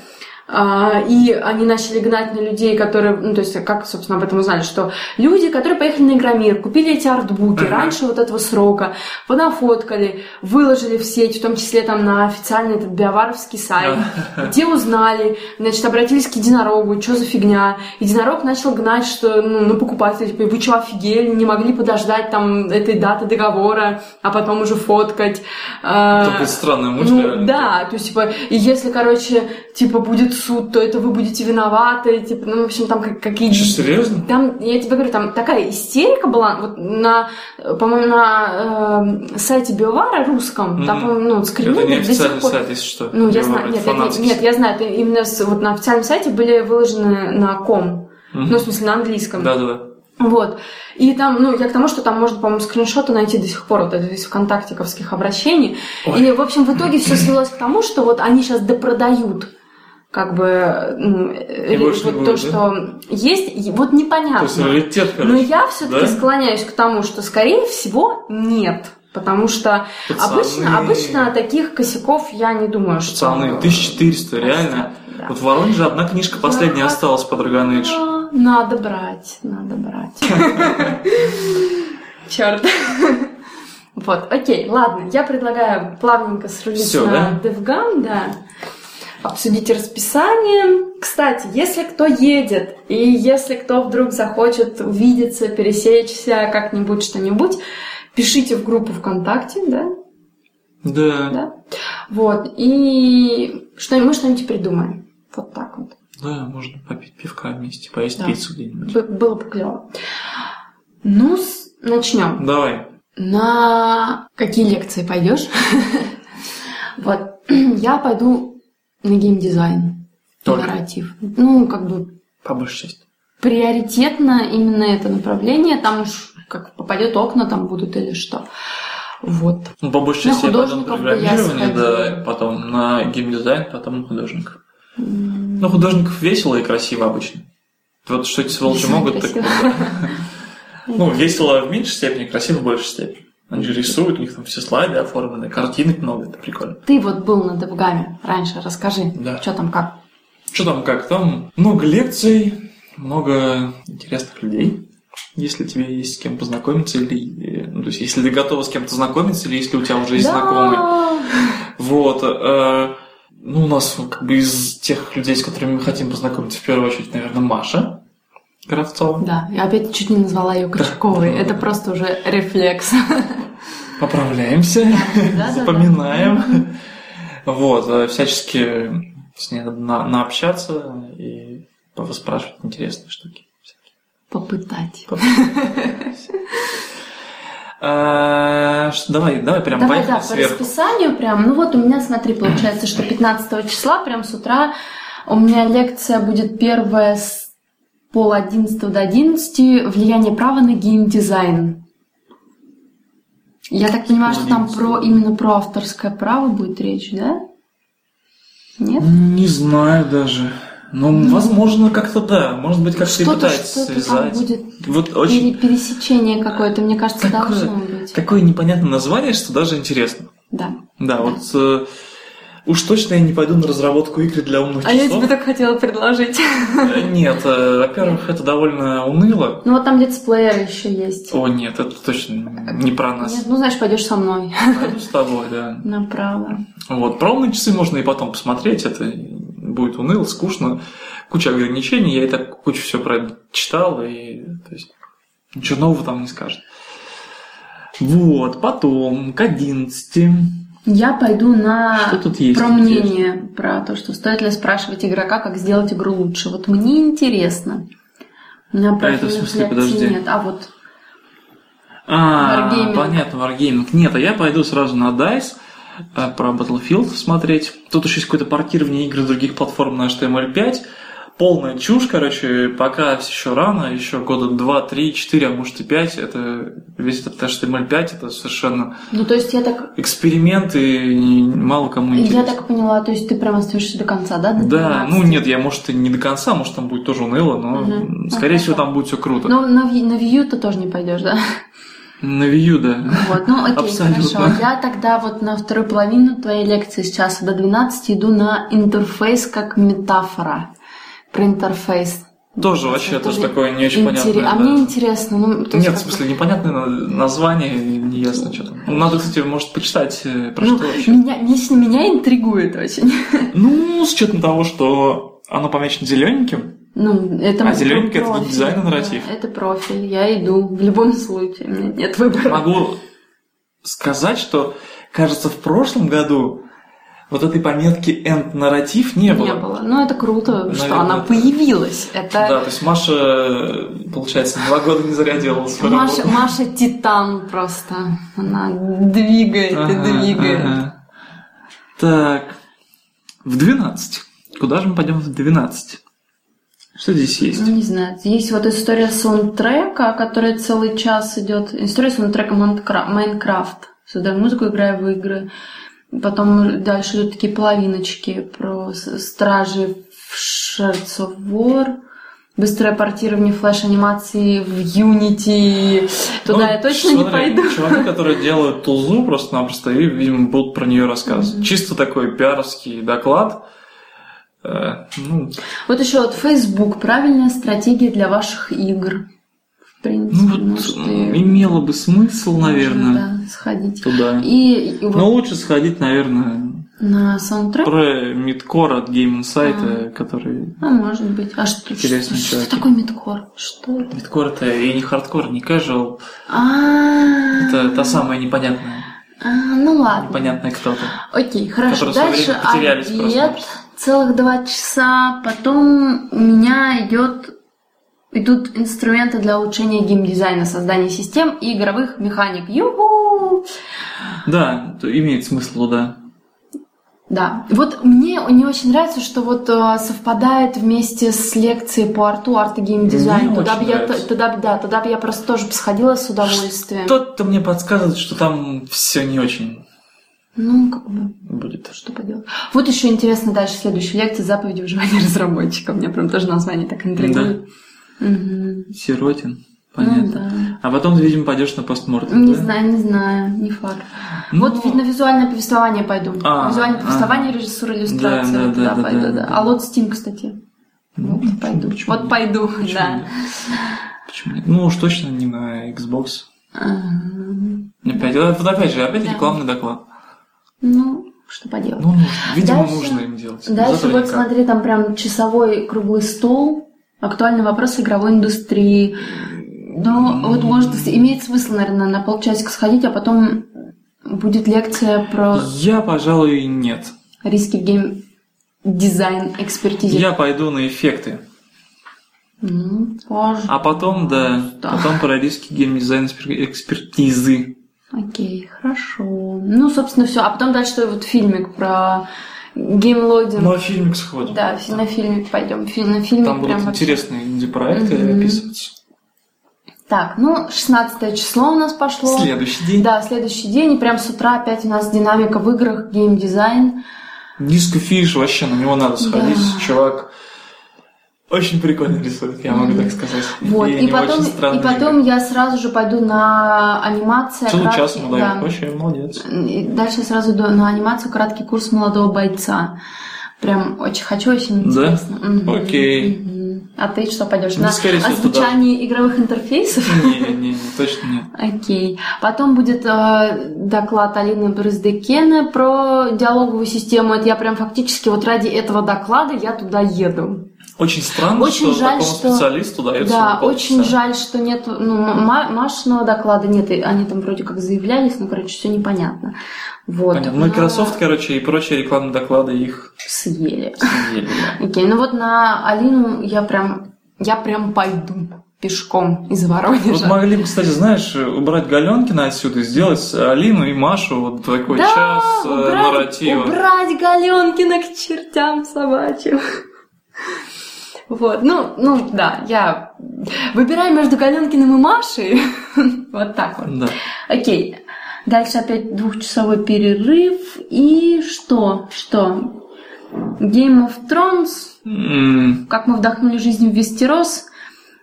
Speaker 2: А, и они начали гнать на людей, которые, ну, то есть, как, собственно, об этом узнали, что люди, которые поехали на Игромир, купили эти артбуки
Speaker 1: Ага.
Speaker 2: раньше вот этого срока, понафоткали, выложили в сеть, в том числе там на официальный этот биоваровский сайт,
Speaker 1: А,
Speaker 2: те узнали, значит, обратились к единорогу, что за фигня. Единорог начал гнать, что, ну, на покупателя, типа, вы что, офигели, не могли подождать там этой даты договора, а потом уже фоткать. А,
Speaker 1: Такая странная мысль.
Speaker 2: ну,
Speaker 1: реально.
Speaker 2: да, то есть, типа, и если, короче, типа, будет суд, то это вы будете виноваты, и, типа, ну, в общем, там как- какие...
Speaker 1: Что, серьезно?
Speaker 2: Там, я тебе говорю, там такая истерика была, вот на, э, по-моему, на э, сайте Биовара русском, там,
Speaker 1: Мгм.
Speaker 2: по-моему, ну, скрины
Speaker 1: Это не
Speaker 2: до сих
Speaker 1: официальный
Speaker 2: пор...
Speaker 1: сайт, если что.
Speaker 2: Ну, я
Speaker 1: Говорю,
Speaker 2: знаю,
Speaker 1: это
Speaker 2: нет, я- нет,
Speaker 1: фанатский.
Speaker 2: нет, я знаю, это именно с- вот на официальном сайте были выложены на ком,
Speaker 1: Мгм.
Speaker 2: ну, в смысле, на английском.
Speaker 1: Да-да-да.
Speaker 2: Вот. И там, ну, я к тому, что там можно, по-моему, скриншоты найти до сих пор вот это из ВКонтактиковских обращений.
Speaker 1: Ой.
Speaker 2: И, в общем, в итоге все свелось к тому, что вот они сейчас допродают как бы ну, э,
Speaker 1: больше не
Speaker 2: вот
Speaker 1: будет,
Speaker 2: то,
Speaker 1: да?
Speaker 2: что есть, и вот
Speaker 1: То есть
Speaker 2: непонятно.
Speaker 1: раритет,
Speaker 2: Но
Speaker 1: короче.
Speaker 2: Ну, я все-таки
Speaker 1: да?
Speaker 2: склоняюсь к тому, что, скорее всего, нет. Потому что
Speaker 1: Пацаны. Ну,
Speaker 2: обычно, обычно таких косяков я не думаю, что...
Speaker 1: Пацаны, 1400, реально.
Speaker 2: Да.
Speaker 1: Вот в Воронеже одна книжка последняя
Speaker 2: Да.
Speaker 1: осталась по Dragon Age.
Speaker 2: А, Надо брать, надо брать. Черт. Вот, окей, ладно, я предлагаю плавненько срулить
Speaker 1: Всё,
Speaker 2: на
Speaker 1: да?
Speaker 2: Девгам, да. Обсудить расписание. Кстати, если кто едет, и если кто вдруг захочет увидеться, пересечься, как-нибудь что-нибудь, пишите в группу ВКонтакте, да,
Speaker 1: Да,
Speaker 2: Да. вот, и что мы что-нибудь придумаем. Вот так вот.
Speaker 1: да, можно попить пивка вместе, поесть
Speaker 2: Да.
Speaker 1: пиццу где-нибудь.
Speaker 2: Б- Было бы клево. Ну, с- начнем.
Speaker 1: Давай.
Speaker 2: На какие лекции пойдешь? Вот. Я пойду на геймдизайн. и
Speaker 1: Только?
Speaker 2: Нарратив. Ну, как бы
Speaker 1: По большей части.
Speaker 2: приоритетно именно это направление. Там уж как попадет окна, там будут или что. Вот.
Speaker 1: Ну, по большей
Speaker 2: На
Speaker 1: части я потом
Speaker 2: художников бы я
Speaker 1: программирование, да,
Speaker 2: сходила.
Speaker 1: потом на геймдизайн, потом на художников.
Speaker 2: М,
Speaker 1: Ну, художников весело и красиво обычно. Вот что эти сволочи
Speaker 2: Весело и
Speaker 1: могут, так
Speaker 2: красиво.
Speaker 1: да. Ну, весело в меньшей степени, красиво в большей степени. Они же рисуют, у них там все слайды оформлены, картинок много, это прикольно.
Speaker 2: Ты вот был на Девгаме раньше, расскажи,
Speaker 1: Да.
Speaker 2: что там как.
Speaker 1: Что там как? Там много лекций, много интересных людей. Если тебе есть с кем познакомиться, или э, ну, то есть, если ты готова с кем-то знакомиться, или если у тебя уже есть
Speaker 2: Да.
Speaker 1: знакомые. Вот. э, ну, у нас ну, как бы из тех людей, с которыми мы хотим познакомиться, в первую очередь, наверное, Маша Кравцова.
Speaker 2: Да, я опять чуть не назвала ее Кочетковой.
Speaker 1: Да.
Speaker 2: Это просто уже рефлекс.
Speaker 1: Поправляемся,
Speaker 2: да, да.
Speaker 1: запоминаем. Вот, э, всячески с ней надо на- наобщаться и поспрашивать интересные штуки.
Speaker 2: Попытать.
Speaker 1: Э, ш- Давай, давай прям
Speaker 2: Давай,
Speaker 1: поехали
Speaker 2: да, по
Speaker 1: сверху.
Speaker 2: расписанию прям. Ну вот у меня, смотри, получается, что 15 числа прям с утра у меня лекция будет первая с пол одиннадцатого до 11 «Влияние права на геймдизайн». Я так понимаю, что там
Speaker 1: 11.
Speaker 2: про именно про авторское право будет речь, да? Нет?
Speaker 1: Не знаю даже. Ну, возможно, как-то да. Может быть, как-то и
Speaker 2: Что-то,
Speaker 1: пытаются
Speaker 2: что-то там
Speaker 1: связать.
Speaker 2: будет
Speaker 1: Вот очень
Speaker 2: пере- пересечение какое-то, мне кажется,
Speaker 1: Какое-
Speaker 2: должно быть.
Speaker 1: такое непонятное название, что даже интересно.
Speaker 2: Да.
Speaker 1: Да, вот э, уж точно я не пойду на разработку игр для умных
Speaker 2: А я
Speaker 1: часов.
Speaker 2: тебе так хотела предложить.
Speaker 1: Э, Нет, э, во-первых, это довольно уныло.
Speaker 2: Ну вот там летсплеер еще есть.
Speaker 1: О, нет, это точно не про
Speaker 2: Нет,
Speaker 1: нас.
Speaker 2: ну знаешь, пойдешь со мной.
Speaker 1: Пойду с тобой, да.
Speaker 2: Направо.
Speaker 1: Вот, про умные часы можно и потом посмотреть, это будет уныло, скучно, куча ограничений, я и так кучу всего про это читал, и то есть, ничего нового там не скажет. Вот, потом, к 11.
Speaker 2: Я пойду
Speaker 1: Что
Speaker 2: на
Speaker 1: тут есть?
Speaker 2: А, про
Speaker 1: интересно?
Speaker 2: мнение, про то, что стоит ли спрашивать игрока, как сделать игру лучше. Вот мне интересно. У меня
Speaker 1: А это в
Speaker 2: профильных
Speaker 1: смысле,
Speaker 2: лекций
Speaker 1: подожди.
Speaker 2: Нет, а вот
Speaker 1: А,
Speaker 2: Wargaming.
Speaker 1: понятно, Wargaming. Нет, а я пойду сразу на DICE э, про Battlefield смотреть. Тут еще есть какое-то портирование игр с других платформ на HTML5. Полная чушь, короче, пока еще рано, еще года 2, 3, 4, а может и 5. Это весь этот HTML5, это совершенно
Speaker 2: ну то есть я так
Speaker 1: эксперимент и не- мало кому интересно.
Speaker 2: я так поняла, то есть ты прям остаешься до конца, да? до
Speaker 1: Да,
Speaker 2: 12?
Speaker 1: ну нет, я, может, и не до конца, может, там будет тоже уныло, но,
Speaker 2: Мгм.
Speaker 1: м,
Speaker 2: Ну,
Speaker 1: скорее всего,
Speaker 2: хорошо. Ну,
Speaker 1: там будет все круто.
Speaker 2: Но на, ви- на Вью ты тоже не пойдешь, да?
Speaker 1: На Вью, да.
Speaker 2: Вот, ну окей,
Speaker 1: Абсолютно.
Speaker 2: хорошо. Я тогда вот на вторую половину твоей лекции с часа до 12 иду на интерфейс как метафора. Про интерфейс.
Speaker 1: Тоже вообще тоже
Speaker 2: Тоже
Speaker 1: такое не очень
Speaker 2: Интере-
Speaker 1: понятное.
Speaker 2: А
Speaker 1: да.
Speaker 2: мне интересно, ну, то есть
Speaker 1: Нет, в
Speaker 2: как бы-
Speaker 1: смысле, непонятное на- название, не ясно что там. Ну, Надо, кстати, может, почитать э, про
Speaker 2: ну,
Speaker 1: что вообще.
Speaker 2: меня, лично меня интригует очень.
Speaker 1: Ну, с учетом того, что оно помечено зелененьким,
Speaker 2: Ну, это
Speaker 1: А
Speaker 2: мой
Speaker 1: зелененький это
Speaker 2: профиль.
Speaker 1: дизайн и нарратив.
Speaker 2: Да, Это профиль, я иду в любом случае, у меня нет выбора.
Speaker 1: могу сказать, что, кажется, в прошлом году вот этой пометки end нарратив не было.
Speaker 2: Не было. Ну, это круто, что
Speaker 1: Наверное,
Speaker 2: она
Speaker 1: это-
Speaker 2: появилась. Это
Speaker 1: Да, то есть Маша, э, получается, два года не зря делала свою
Speaker 2: Маша,
Speaker 1: работу.
Speaker 2: Маша Титан просто. Она двигает и
Speaker 1: Ага,
Speaker 2: двигает.
Speaker 1: ага. Так, в 12. Куда же мы пойдем в 12? Что здесь есть?
Speaker 2: Ну, Не знаю. Есть вот история саундтрека, которая целый час идет. История саундтрека Майнкра- Майнкрафт. Сюда музыку играю в игры. Потом дальше идут такие половиночки про с- стражи в Shards of War. Быстрое портирование флеш-анимации в Unity. Туда
Speaker 1: Ну,
Speaker 2: я точно не
Speaker 1: смотри,
Speaker 2: пойду.
Speaker 1: Чуваки, которые делают тулзу просто-напросто, и, видимо, будут про нее рассказывать. Чисто такой пиаровский доклад. Э, ну,
Speaker 2: Вот еще вот Facebook. Правильная стратегия для ваших игр.
Speaker 1: ну
Speaker 2: В принципе,
Speaker 1: вот,
Speaker 2: может, и-
Speaker 1: м, имело бы смысл, наверное,
Speaker 2: можно, да, сходить.
Speaker 1: туда.
Speaker 2: И, и вот
Speaker 1: Но лучше сходить, наверное,
Speaker 2: на саундтрек
Speaker 1: про мидкор от Game Insight, э, который...
Speaker 2: Ну, может быть. А что,
Speaker 1: Интересный
Speaker 2: что, что
Speaker 1: человек.
Speaker 2: такое мидкор? Что это?
Speaker 1: Мидкор это и не хардкор, не casual.
Speaker 2: А,
Speaker 1: Это та самая непонятная.
Speaker 2: а, ну ладно.
Speaker 1: Непонятная кто-то.
Speaker 2: Окей, хорошо.
Speaker 1: Которые в своё
Speaker 2: Дальше
Speaker 1: время потерялись
Speaker 2: обед
Speaker 1: просто-напросто.
Speaker 2: целых два часа. Потом у меня идет идут инструменты для улучшения геймдизайна, создания систем и игровых механик. Юху!
Speaker 1: Да, то имеет смысл, да.
Speaker 2: Да. Вот мне не очень нравится, что вот э, совпадает вместе с лекцией по арту, арт и геймдизайн.
Speaker 1: Мне
Speaker 2: Туда
Speaker 1: очень
Speaker 2: бы я,
Speaker 1: нравится.
Speaker 2: т- туда, б- да, туда бы я просто тоже бы сходила с удовольствием.
Speaker 1: Кто-то мне подсказывает, что там все не очень
Speaker 2: Ну, как бы,
Speaker 1: будет.
Speaker 2: что поделать. Вот еще интересно дальше следующая лекция «Заповеди выживания разработчика». У меня прям тоже название так интригует. Мгм.
Speaker 1: Сиротин,
Speaker 2: Ну,
Speaker 1: понятно.
Speaker 2: да.
Speaker 1: А потом ты, видимо, пойдешь на постмортем,
Speaker 2: Не
Speaker 1: да?
Speaker 2: знаю, не знаю, не факт.
Speaker 1: Ну,
Speaker 2: Вот ведь на визуальное повествование пойду.
Speaker 1: А,
Speaker 2: визуальное
Speaker 1: а.
Speaker 2: повествование, режиссура, иллюстрация.
Speaker 1: Да, да,
Speaker 2: вот туда
Speaker 1: да, да,
Speaker 2: пойду,
Speaker 1: да,
Speaker 2: да.
Speaker 1: да.
Speaker 2: А лот Steam, кстати.
Speaker 1: ну,
Speaker 2: вот
Speaker 1: почему-
Speaker 2: пойду.
Speaker 1: почему
Speaker 2: вот
Speaker 1: нет?
Speaker 2: пойду,
Speaker 1: Почему
Speaker 2: да.
Speaker 1: нет? Почему нет? Ну уж точно не на Xbox.
Speaker 2: А, Ам,
Speaker 1: Опять, э, вот опять же, опять
Speaker 2: Да.
Speaker 1: рекламный доклад.
Speaker 2: Ну, что поделать.
Speaker 1: Ну, нужно. видимо,
Speaker 2: Дальше-
Speaker 1: нужно им делать. Без
Speaker 2: Дальше
Speaker 1: этого
Speaker 2: вот
Speaker 1: никак.
Speaker 2: смотри, там прям часовой круглый стол, актуальный вопрос игровой индустрии. Ну, вот может имеет смысл, наверное, на полчасика сходить, а потом будет лекция про
Speaker 1: Я, пожалуй, нет.
Speaker 2: риски в гейм дизайн экспертизе.
Speaker 1: Я пойду на эффекты.
Speaker 2: Ну, пожалуйста.
Speaker 1: А потом, да,
Speaker 2: Ну, Да.
Speaker 1: потом про риски геймдизайн экспертизы.
Speaker 2: Окей, хорошо. Ну, собственно, все. А потом дальше вот фильмик про геймлодинг.
Speaker 1: Ну, а фильмик сходим.
Speaker 2: Да, фи- на фильмик пойдем. Фи- на фильмик
Speaker 1: Там будут
Speaker 2: прям вообще.
Speaker 1: интересные инди-проекты
Speaker 2: Мгм.
Speaker 1: описываться.
Speaker 2: Так, ну, 16 число у нас пошло.
Speaker 1: Следующий день.
Speaker 2: Да, следующий день. И прям с утра опять у нас динамика в играх, геймдизайн.
Speaker 1: Диско Фиш, вообще на него надо сходить.
Speaker 2: Да.
Speaker 1: Чувак очень прикольно рисует, я могу так сказать.
Speaker 2: Вот.
Speaker 1: у
Speaker 2: И,
Speaker 1: него
Speaker 2: потом,
Speaker 1: очень странные
Speaker 2: и потом
Speaker 1: игры.
Speaker 2: я сразу же пойду на анимацию.
Speaker 1: Целый час
Speaker 2: краткий-
Speaker 1: ему
Speaker 2: да.
Speaker 1: дают, очень молодец.
Speaker 2: И Дальше сразу иду на анимацию краткий курс молодого бойца. Прям очень хочу, очень
Speaker 1: Да?
Speaker 2: интересно. Мгм.
Speaker 1: Окей.
Speaker 2: Мгм. А ты что пойдешь?
Speaker 1: Ну,
Speaker 2: На
Speaker 1: скорее всего,
Speaker 2: озвучание игровых интерфейсов?
Speaker 1: Не-не-не, точно нет.
Speaker 2: Окей. Потом будет э, доклад Алины Брыздыкены про диалоговую систему. Это я прям фактически вот ради этого доклада я туда еду.
Speaker 1: Очень странно,
Speaker 2: Очень
Speaker 1: что
Speaker 2: жаль,
Speaker 1: такому
Speaker 2: что-
Speaker 1: специалисту дается
Speaker 2: да,
Speaker 1: полчаса.
Speaker 2: очень жаль, что нет ну, Ма- Машиного доклада нет. И Они там вроде как заявлялись, но, короче, все непонятно. Вот.
Speaker 1: Понятно. Ну,
Speaker 2: Но
Speaker 1: Microsoft, короче, и прочие рекламные доклады их
Speaker 2: Съели.
Speaker 1: съели. да.
Speaker 2: Окей, ну вот на Алину я прям, я прям пойду пешком из
Speaker 1: Вот
Speaker 2: Воронежа.
Speaker 1: могли бы, кстати, знаешь, убрать Галенкина отсюда и сделать Алину и Машу вот такой
Speaker 2: Да,
Speaker 1: час э,
Speaker 2: убрать,
Speaker 1: нарратива.
Speaker 2: убрать Галенкина к чертям собачьим. Вот, ну, ну да, я выбираю между Галенкиным и Машей. Вот так вот.
Speaker 1: Да.
Speaker 2: Окей. Дальше опять двухчасовой перерыв. И что? Что? Game of Thrones.
Speaker 1: М,
Speaker 2: Как мы вдохнули жизнь в Вестерос.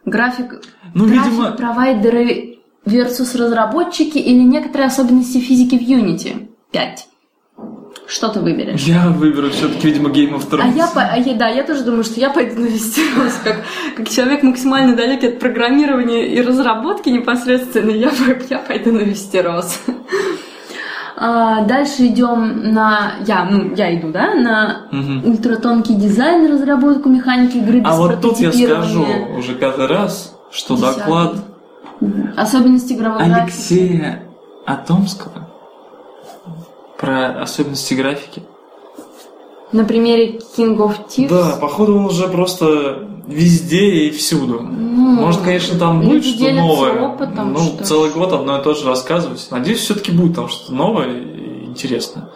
Speaker 2: График
Speaker 1: Ну,
Speaker 2: Трафик,
Speaker 1: видимо,
Speaker 2: провайдеры versus разработчики или некоторые особенности физики в Unity? 5. Что ты выберешь?
Speaker 1: я выберу все-таки, видимо, Game of Thrones.
Speaker 2: А я, по- а я- да, я тоже думаю, что я пойду на Вестерос, как, как человек максимально далекий от программирования и разработки непосредственно, я, по- я пойду на Вестерос. А, дальше идем на... Я, ну, я иду, да, на
Speaker 1: Мгм.
Speaker 2: ультратонкий дизайн, разработку механики игры без
Speaker 1: А вот тут я скажу
Speaker 2: прототипирования.
Speaker 1: уже каждый раз, что
Speaker 2: Десятый.
Speaker 1: доклад
Speaker 2: Особенности игровой графики.
Speaker 1: Алексея Атомского про особенности графики.
Speaker 2: На примере King of Thieves.
Speaker 1: Да, походу он уже просто везде и всюду.
Speaker 2: Ну,
Speaker 1: Может, конечно, там
Speaker 2: люди
Speaker 1: будет что
Speaker 2: делятся
Speaker 1: новое.
Speaker 2: опытом,
Speaker 1: ну,
Speaker 2: что ж.
Speaker 1: целый год одно и то же рассказывать. Надеюсь, все-таки будет там что-то новое и интересное.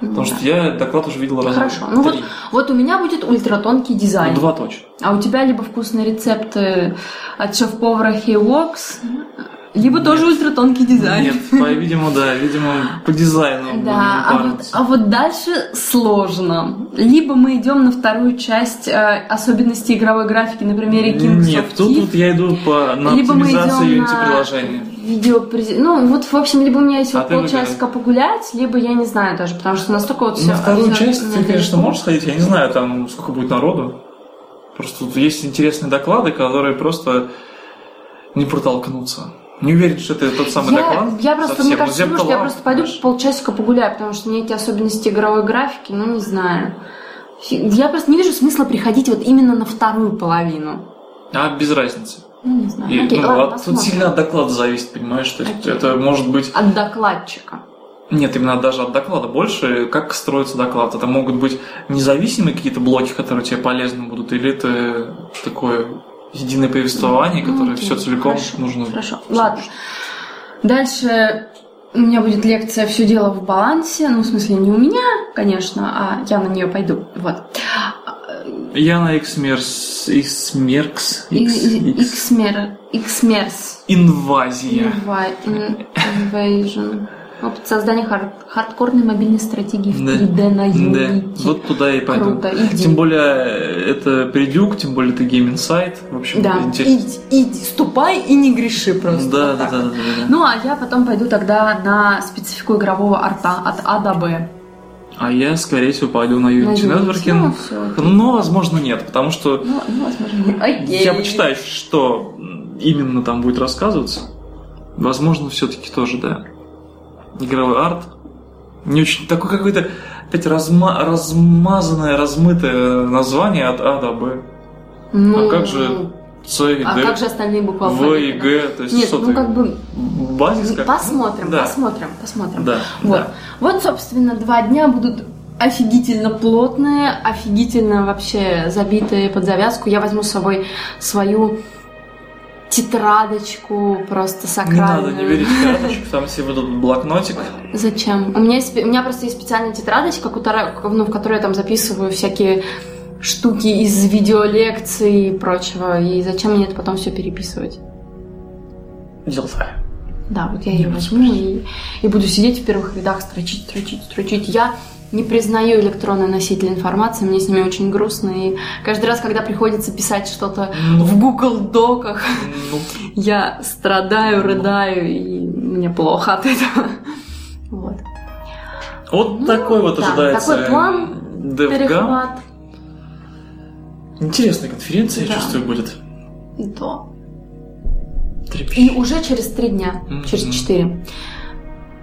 Speaker 2: Ну,
Speaker 1: Потому
Speaker 2: да.
Speaker 1: что я доклад уже видел раз.
Speaker 2: Хорошо. Ну,
Speaker 1: три.
Speaker 2: Вот у меня будет ультратонкий
Speaker 1: Ну,
Speaker 2: дизайн.
Speaker 1: два точно.
Speaker 2: А у тебя либо вкусные рецепты от шеф-повара Хейвокс, либо
Speaker 1: Нет.
Speaker 2: тоже ультратонкий дизайн.
Speaker 1: Нет, по- видимо, да, видимо, по дизайну. будем
Speaker 2: Да, а вот,
Speaker 1: упарываться.
Speaker 2: а вот дальше сложно. Либо мы идем на вторую часть э, особенности игровой графики на примере King of
Speaker 1: Нет, тут
Speaker 2: Thieves.
Speaker 1: вот я иду по на
Speaker 2: либо мы
Speaker 1: оптимизацию
Speaker 2: идем
Speaker 1: Unity приложения.
Speaker 2: на видео ну вот в общем либо у меня есть
Speaker 1: А
Speaker 2: вот
Speaker 1: ты
Speaker 2: полчасика погулять либо я не знаю даже потому что настолько вот все
Speaker 1: На вторую часть ты, конечно, можешь сходить. Я не знаю, там сколько будет народу. Просто тут есть интересные доклады, которые просто не протолкнутся. Не уверен, что это тот самый
Speaker 2: я,
Speaker 1: доклад.
Speaker 2: я просто,
Speaker 1: совсем.
Speaker 2: мне
Speaker 1: Но
Speaker 2: кажется,
Speaker 1: Земта
Speaker 2: думаю, что я
Speaker 1: Лав,
Speaker 2: просто пойду
Speaker 1: понимаешь?
Speaker 2: полчасика погуляю, потому что мне эти особенности игровой графики, ну, не знаю. Фи- Я просто не вижу смысла приходить вот именно на вторую половину.
Speaker 1: А, без разницы.
Speaker 2: Ну, не знаю.
Speaker 1: И,
Speaker 2: Окей,
Speaker 1: ну,
Speaker 2: ладно,
Speaker 1: от-
Speaker 2: посмотрим.
Speaker 1: тут сильно от доклада зависит, понимаешь? То есть
Speaker 2: Окей.
Speaker 1: это может быть...
Speaker 2: От докладчика.
Speaker 1: Нет, именно даже от доклада больше, как строится доклад. Это могут быть независимые какие-то блоки, которые тебе полезны будут, или это такое единое повествование,
Speaker 2: Ну,
Speaker 1: которое
Speaker 2: окей,
Speaker 1: все целиком
Speaker 2: хорошо,
Speaker 1: нужно...
Speaker 2: Хорошо, ладно. Дальше у меня будет лекция «Все дело в балансе». Ну, в смысле, не у меня, конечно, а я на нее пойду. Вот.
Speaker 1: Я на X-Merx. X-Merx.
Speaker 2: И-
Speaker 1: X-
Speaker 2: и-
Speaker 1: X-
Speaker 2: X-мер- X-мерс.
Speaker 1: Инвазия.
Speaker 2: Invi- in- Invasion. Опыт создания хар- хардкорной мобильной стратегии в
Speaker 1: Да.
Speaker 2: 3D на
Speaker 1: Да,
Speaker 2: Unity.
Speaker 1: вот туда и пойду.
Speaker 2: Круто, иди.
Speaker 1: Тем более, э, это придюк, тем более это Game Insight. В общем,
Speaker 2: Да,
Speaker 1: интересно.
Speaker 2: иди, иди, ступай и не греши просто.
Speaker 1: Да,
Speaker 2: Вот
Speaker 1: да,
Speaker 2: так
Speaker 1: да, да,
Speaker 2: вот.
Speaker 1: да, да.
Speaker 2: Ну, а я потом пойду тогда на специфику игрового арта от А до Б.
Speaker 1: А я, скорее всего, пойду на
Speaker 2: На
Speaker 1: Unity
Speaker 2: Unity. Ну,
Speaker 1: Networking.
Speaker 2: всё.
Speaker 1: Но, возможно, нет, потому что
Speaker 2: Ну, ну, возможно, нет. Окей.
Speaker 1: я почитаю, что именно там будет рассказываться. Возможно, все-таки тоже, да. Игровой арт. Не очень. Такой какой-то опять разма- размазанное, размытое название от А до Б.
Speaker 2: Ну,
Speaker 1: А как же С и
Speaker 2: а
Speaker 1: Д,
Speaker 2: как же остальные буквы
Speaker 1: В и
Speaker 2: алфавита,
Speaker 1: Г, то
Speaker 2: да?
Speaker 1: есть
Speaker 2: Нет,
Speaker 1: что
Speaker 2: ну
Speaker 1: ты,
Speaker 2: как бы
Speaker 1: базис как?
Speaker 2: посмотрим,
Speaker 1: Да.
Speaker 2: посмотрим, посмотрим.
Speaker 1: Да,
Speaker 2: Вот.
Speaker 1: да.
Speaker 2: вот, собственно, два дня будут офигительно плотные, офигительно вообще забитые под завязку. Я возьму с собой свою тетрадочку просто
Speaker 1: Не надо,
Speaker 2: сакральную.
Speaker 1: не верить в карточку, там все будут блокнотик.
Speaker 2: Зачем? У меня, есть, спе- у меня просто есть специальная тетрадочка, которая, ну, в которой я там записываю всякие штуки из видеолекций и прочего. И зачем мне это потом все переписывать?
Speaker 1: Дилтай.
Speaker 2: Да, вот я ее возьму и, и буду сидеть в первых рядах, строчить, строчить, строчить. Я не признаю электронные носители информации, мне с ними очень грустно. И каждый раз, когда приходится писать что-то в Google Доках,
Speaker 1: Ну,
Speaker 2: я страдаю, рыдаю, и мне плохо от этого. Вот.
Speaker 1: вот
Speaker 2: Ну,
Speaker 1: такой вот
Speaker 2: да,
Speaker 1: ожидается
Speaker 2: такой план
Speaker 1: DevGam.
Speaker 2: Перехват.
Speaker 1: Интересная конференция, я
Speaker 2: Да.
Speaker 1: чувствую, будет.
Speaker 2: Да. И
Speaker 1: Трепещет.
Speaker 2: уже через три дня,
Speaker 1: Мгм.
Speaker 2: через четыре.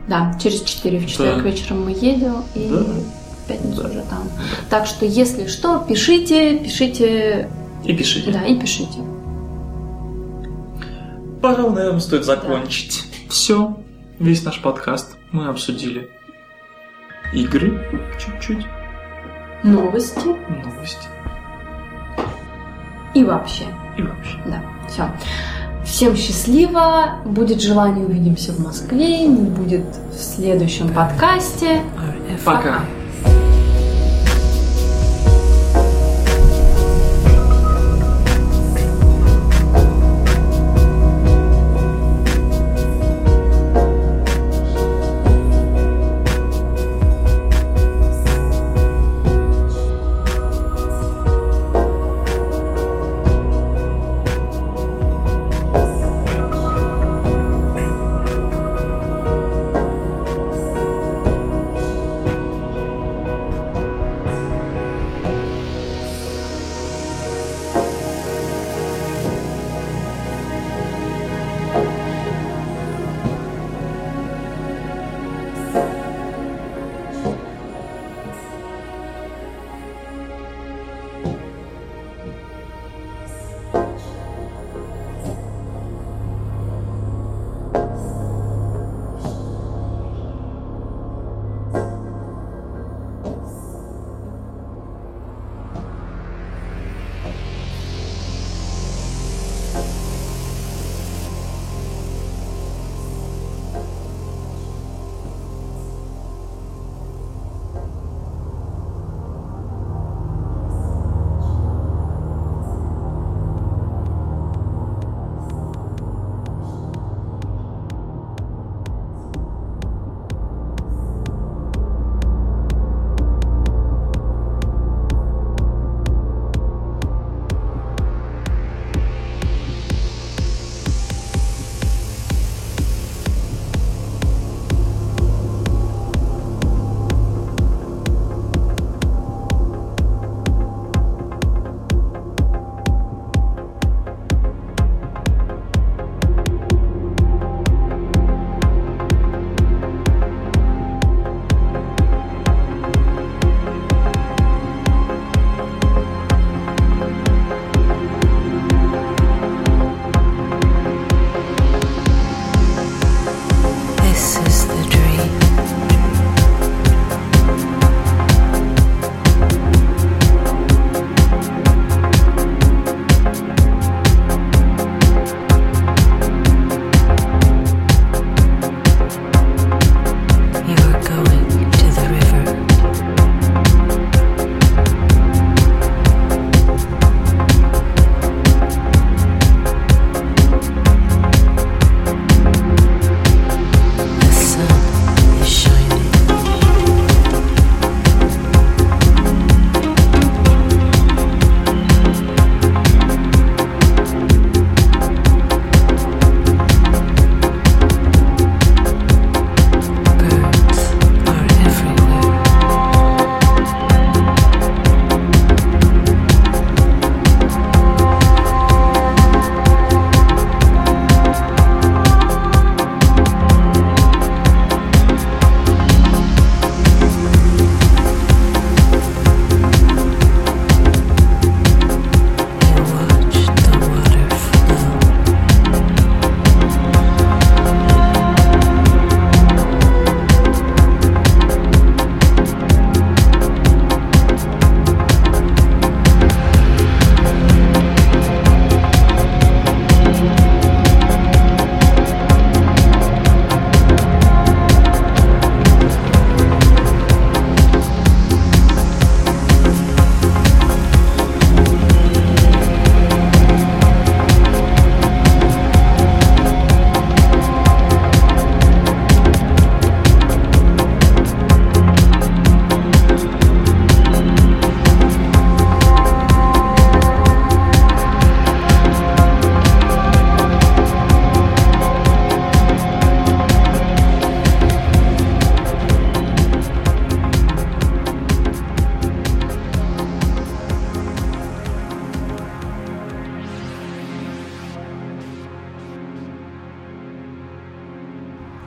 Speaker 2: Да, через четыре. В четверг
Speaker 1: Да.
Speaker 2: вечером мы едем и
Speaker 1: Да.
Speaker 2: в пятницу
Speaker 1: Да.
Speaker 2: уже там. Так что, если что, пишите, пишите,
Speaker 1: И пишите.
Speaker 2: да, и пишите.
Speaker 1: Пожалуй, наверное, стоит закончить. Все. Весь наш подкаст мы обсудили. Игры чуть-чуть,
Speaker 2: Новости
Speaker 1: новости
Speaker 2: и вообще.
Speaker 1: и вообще.
Speaker 2: Да, все. Всем счастливо, будет желание, увидимся в Москве, не будет в следующем подкасте. Э,
Speaker 1: Пока.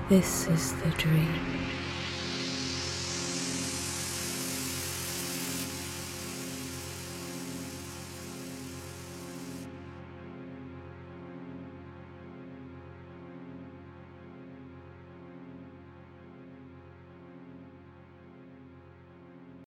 Speaker 2: This is the dream.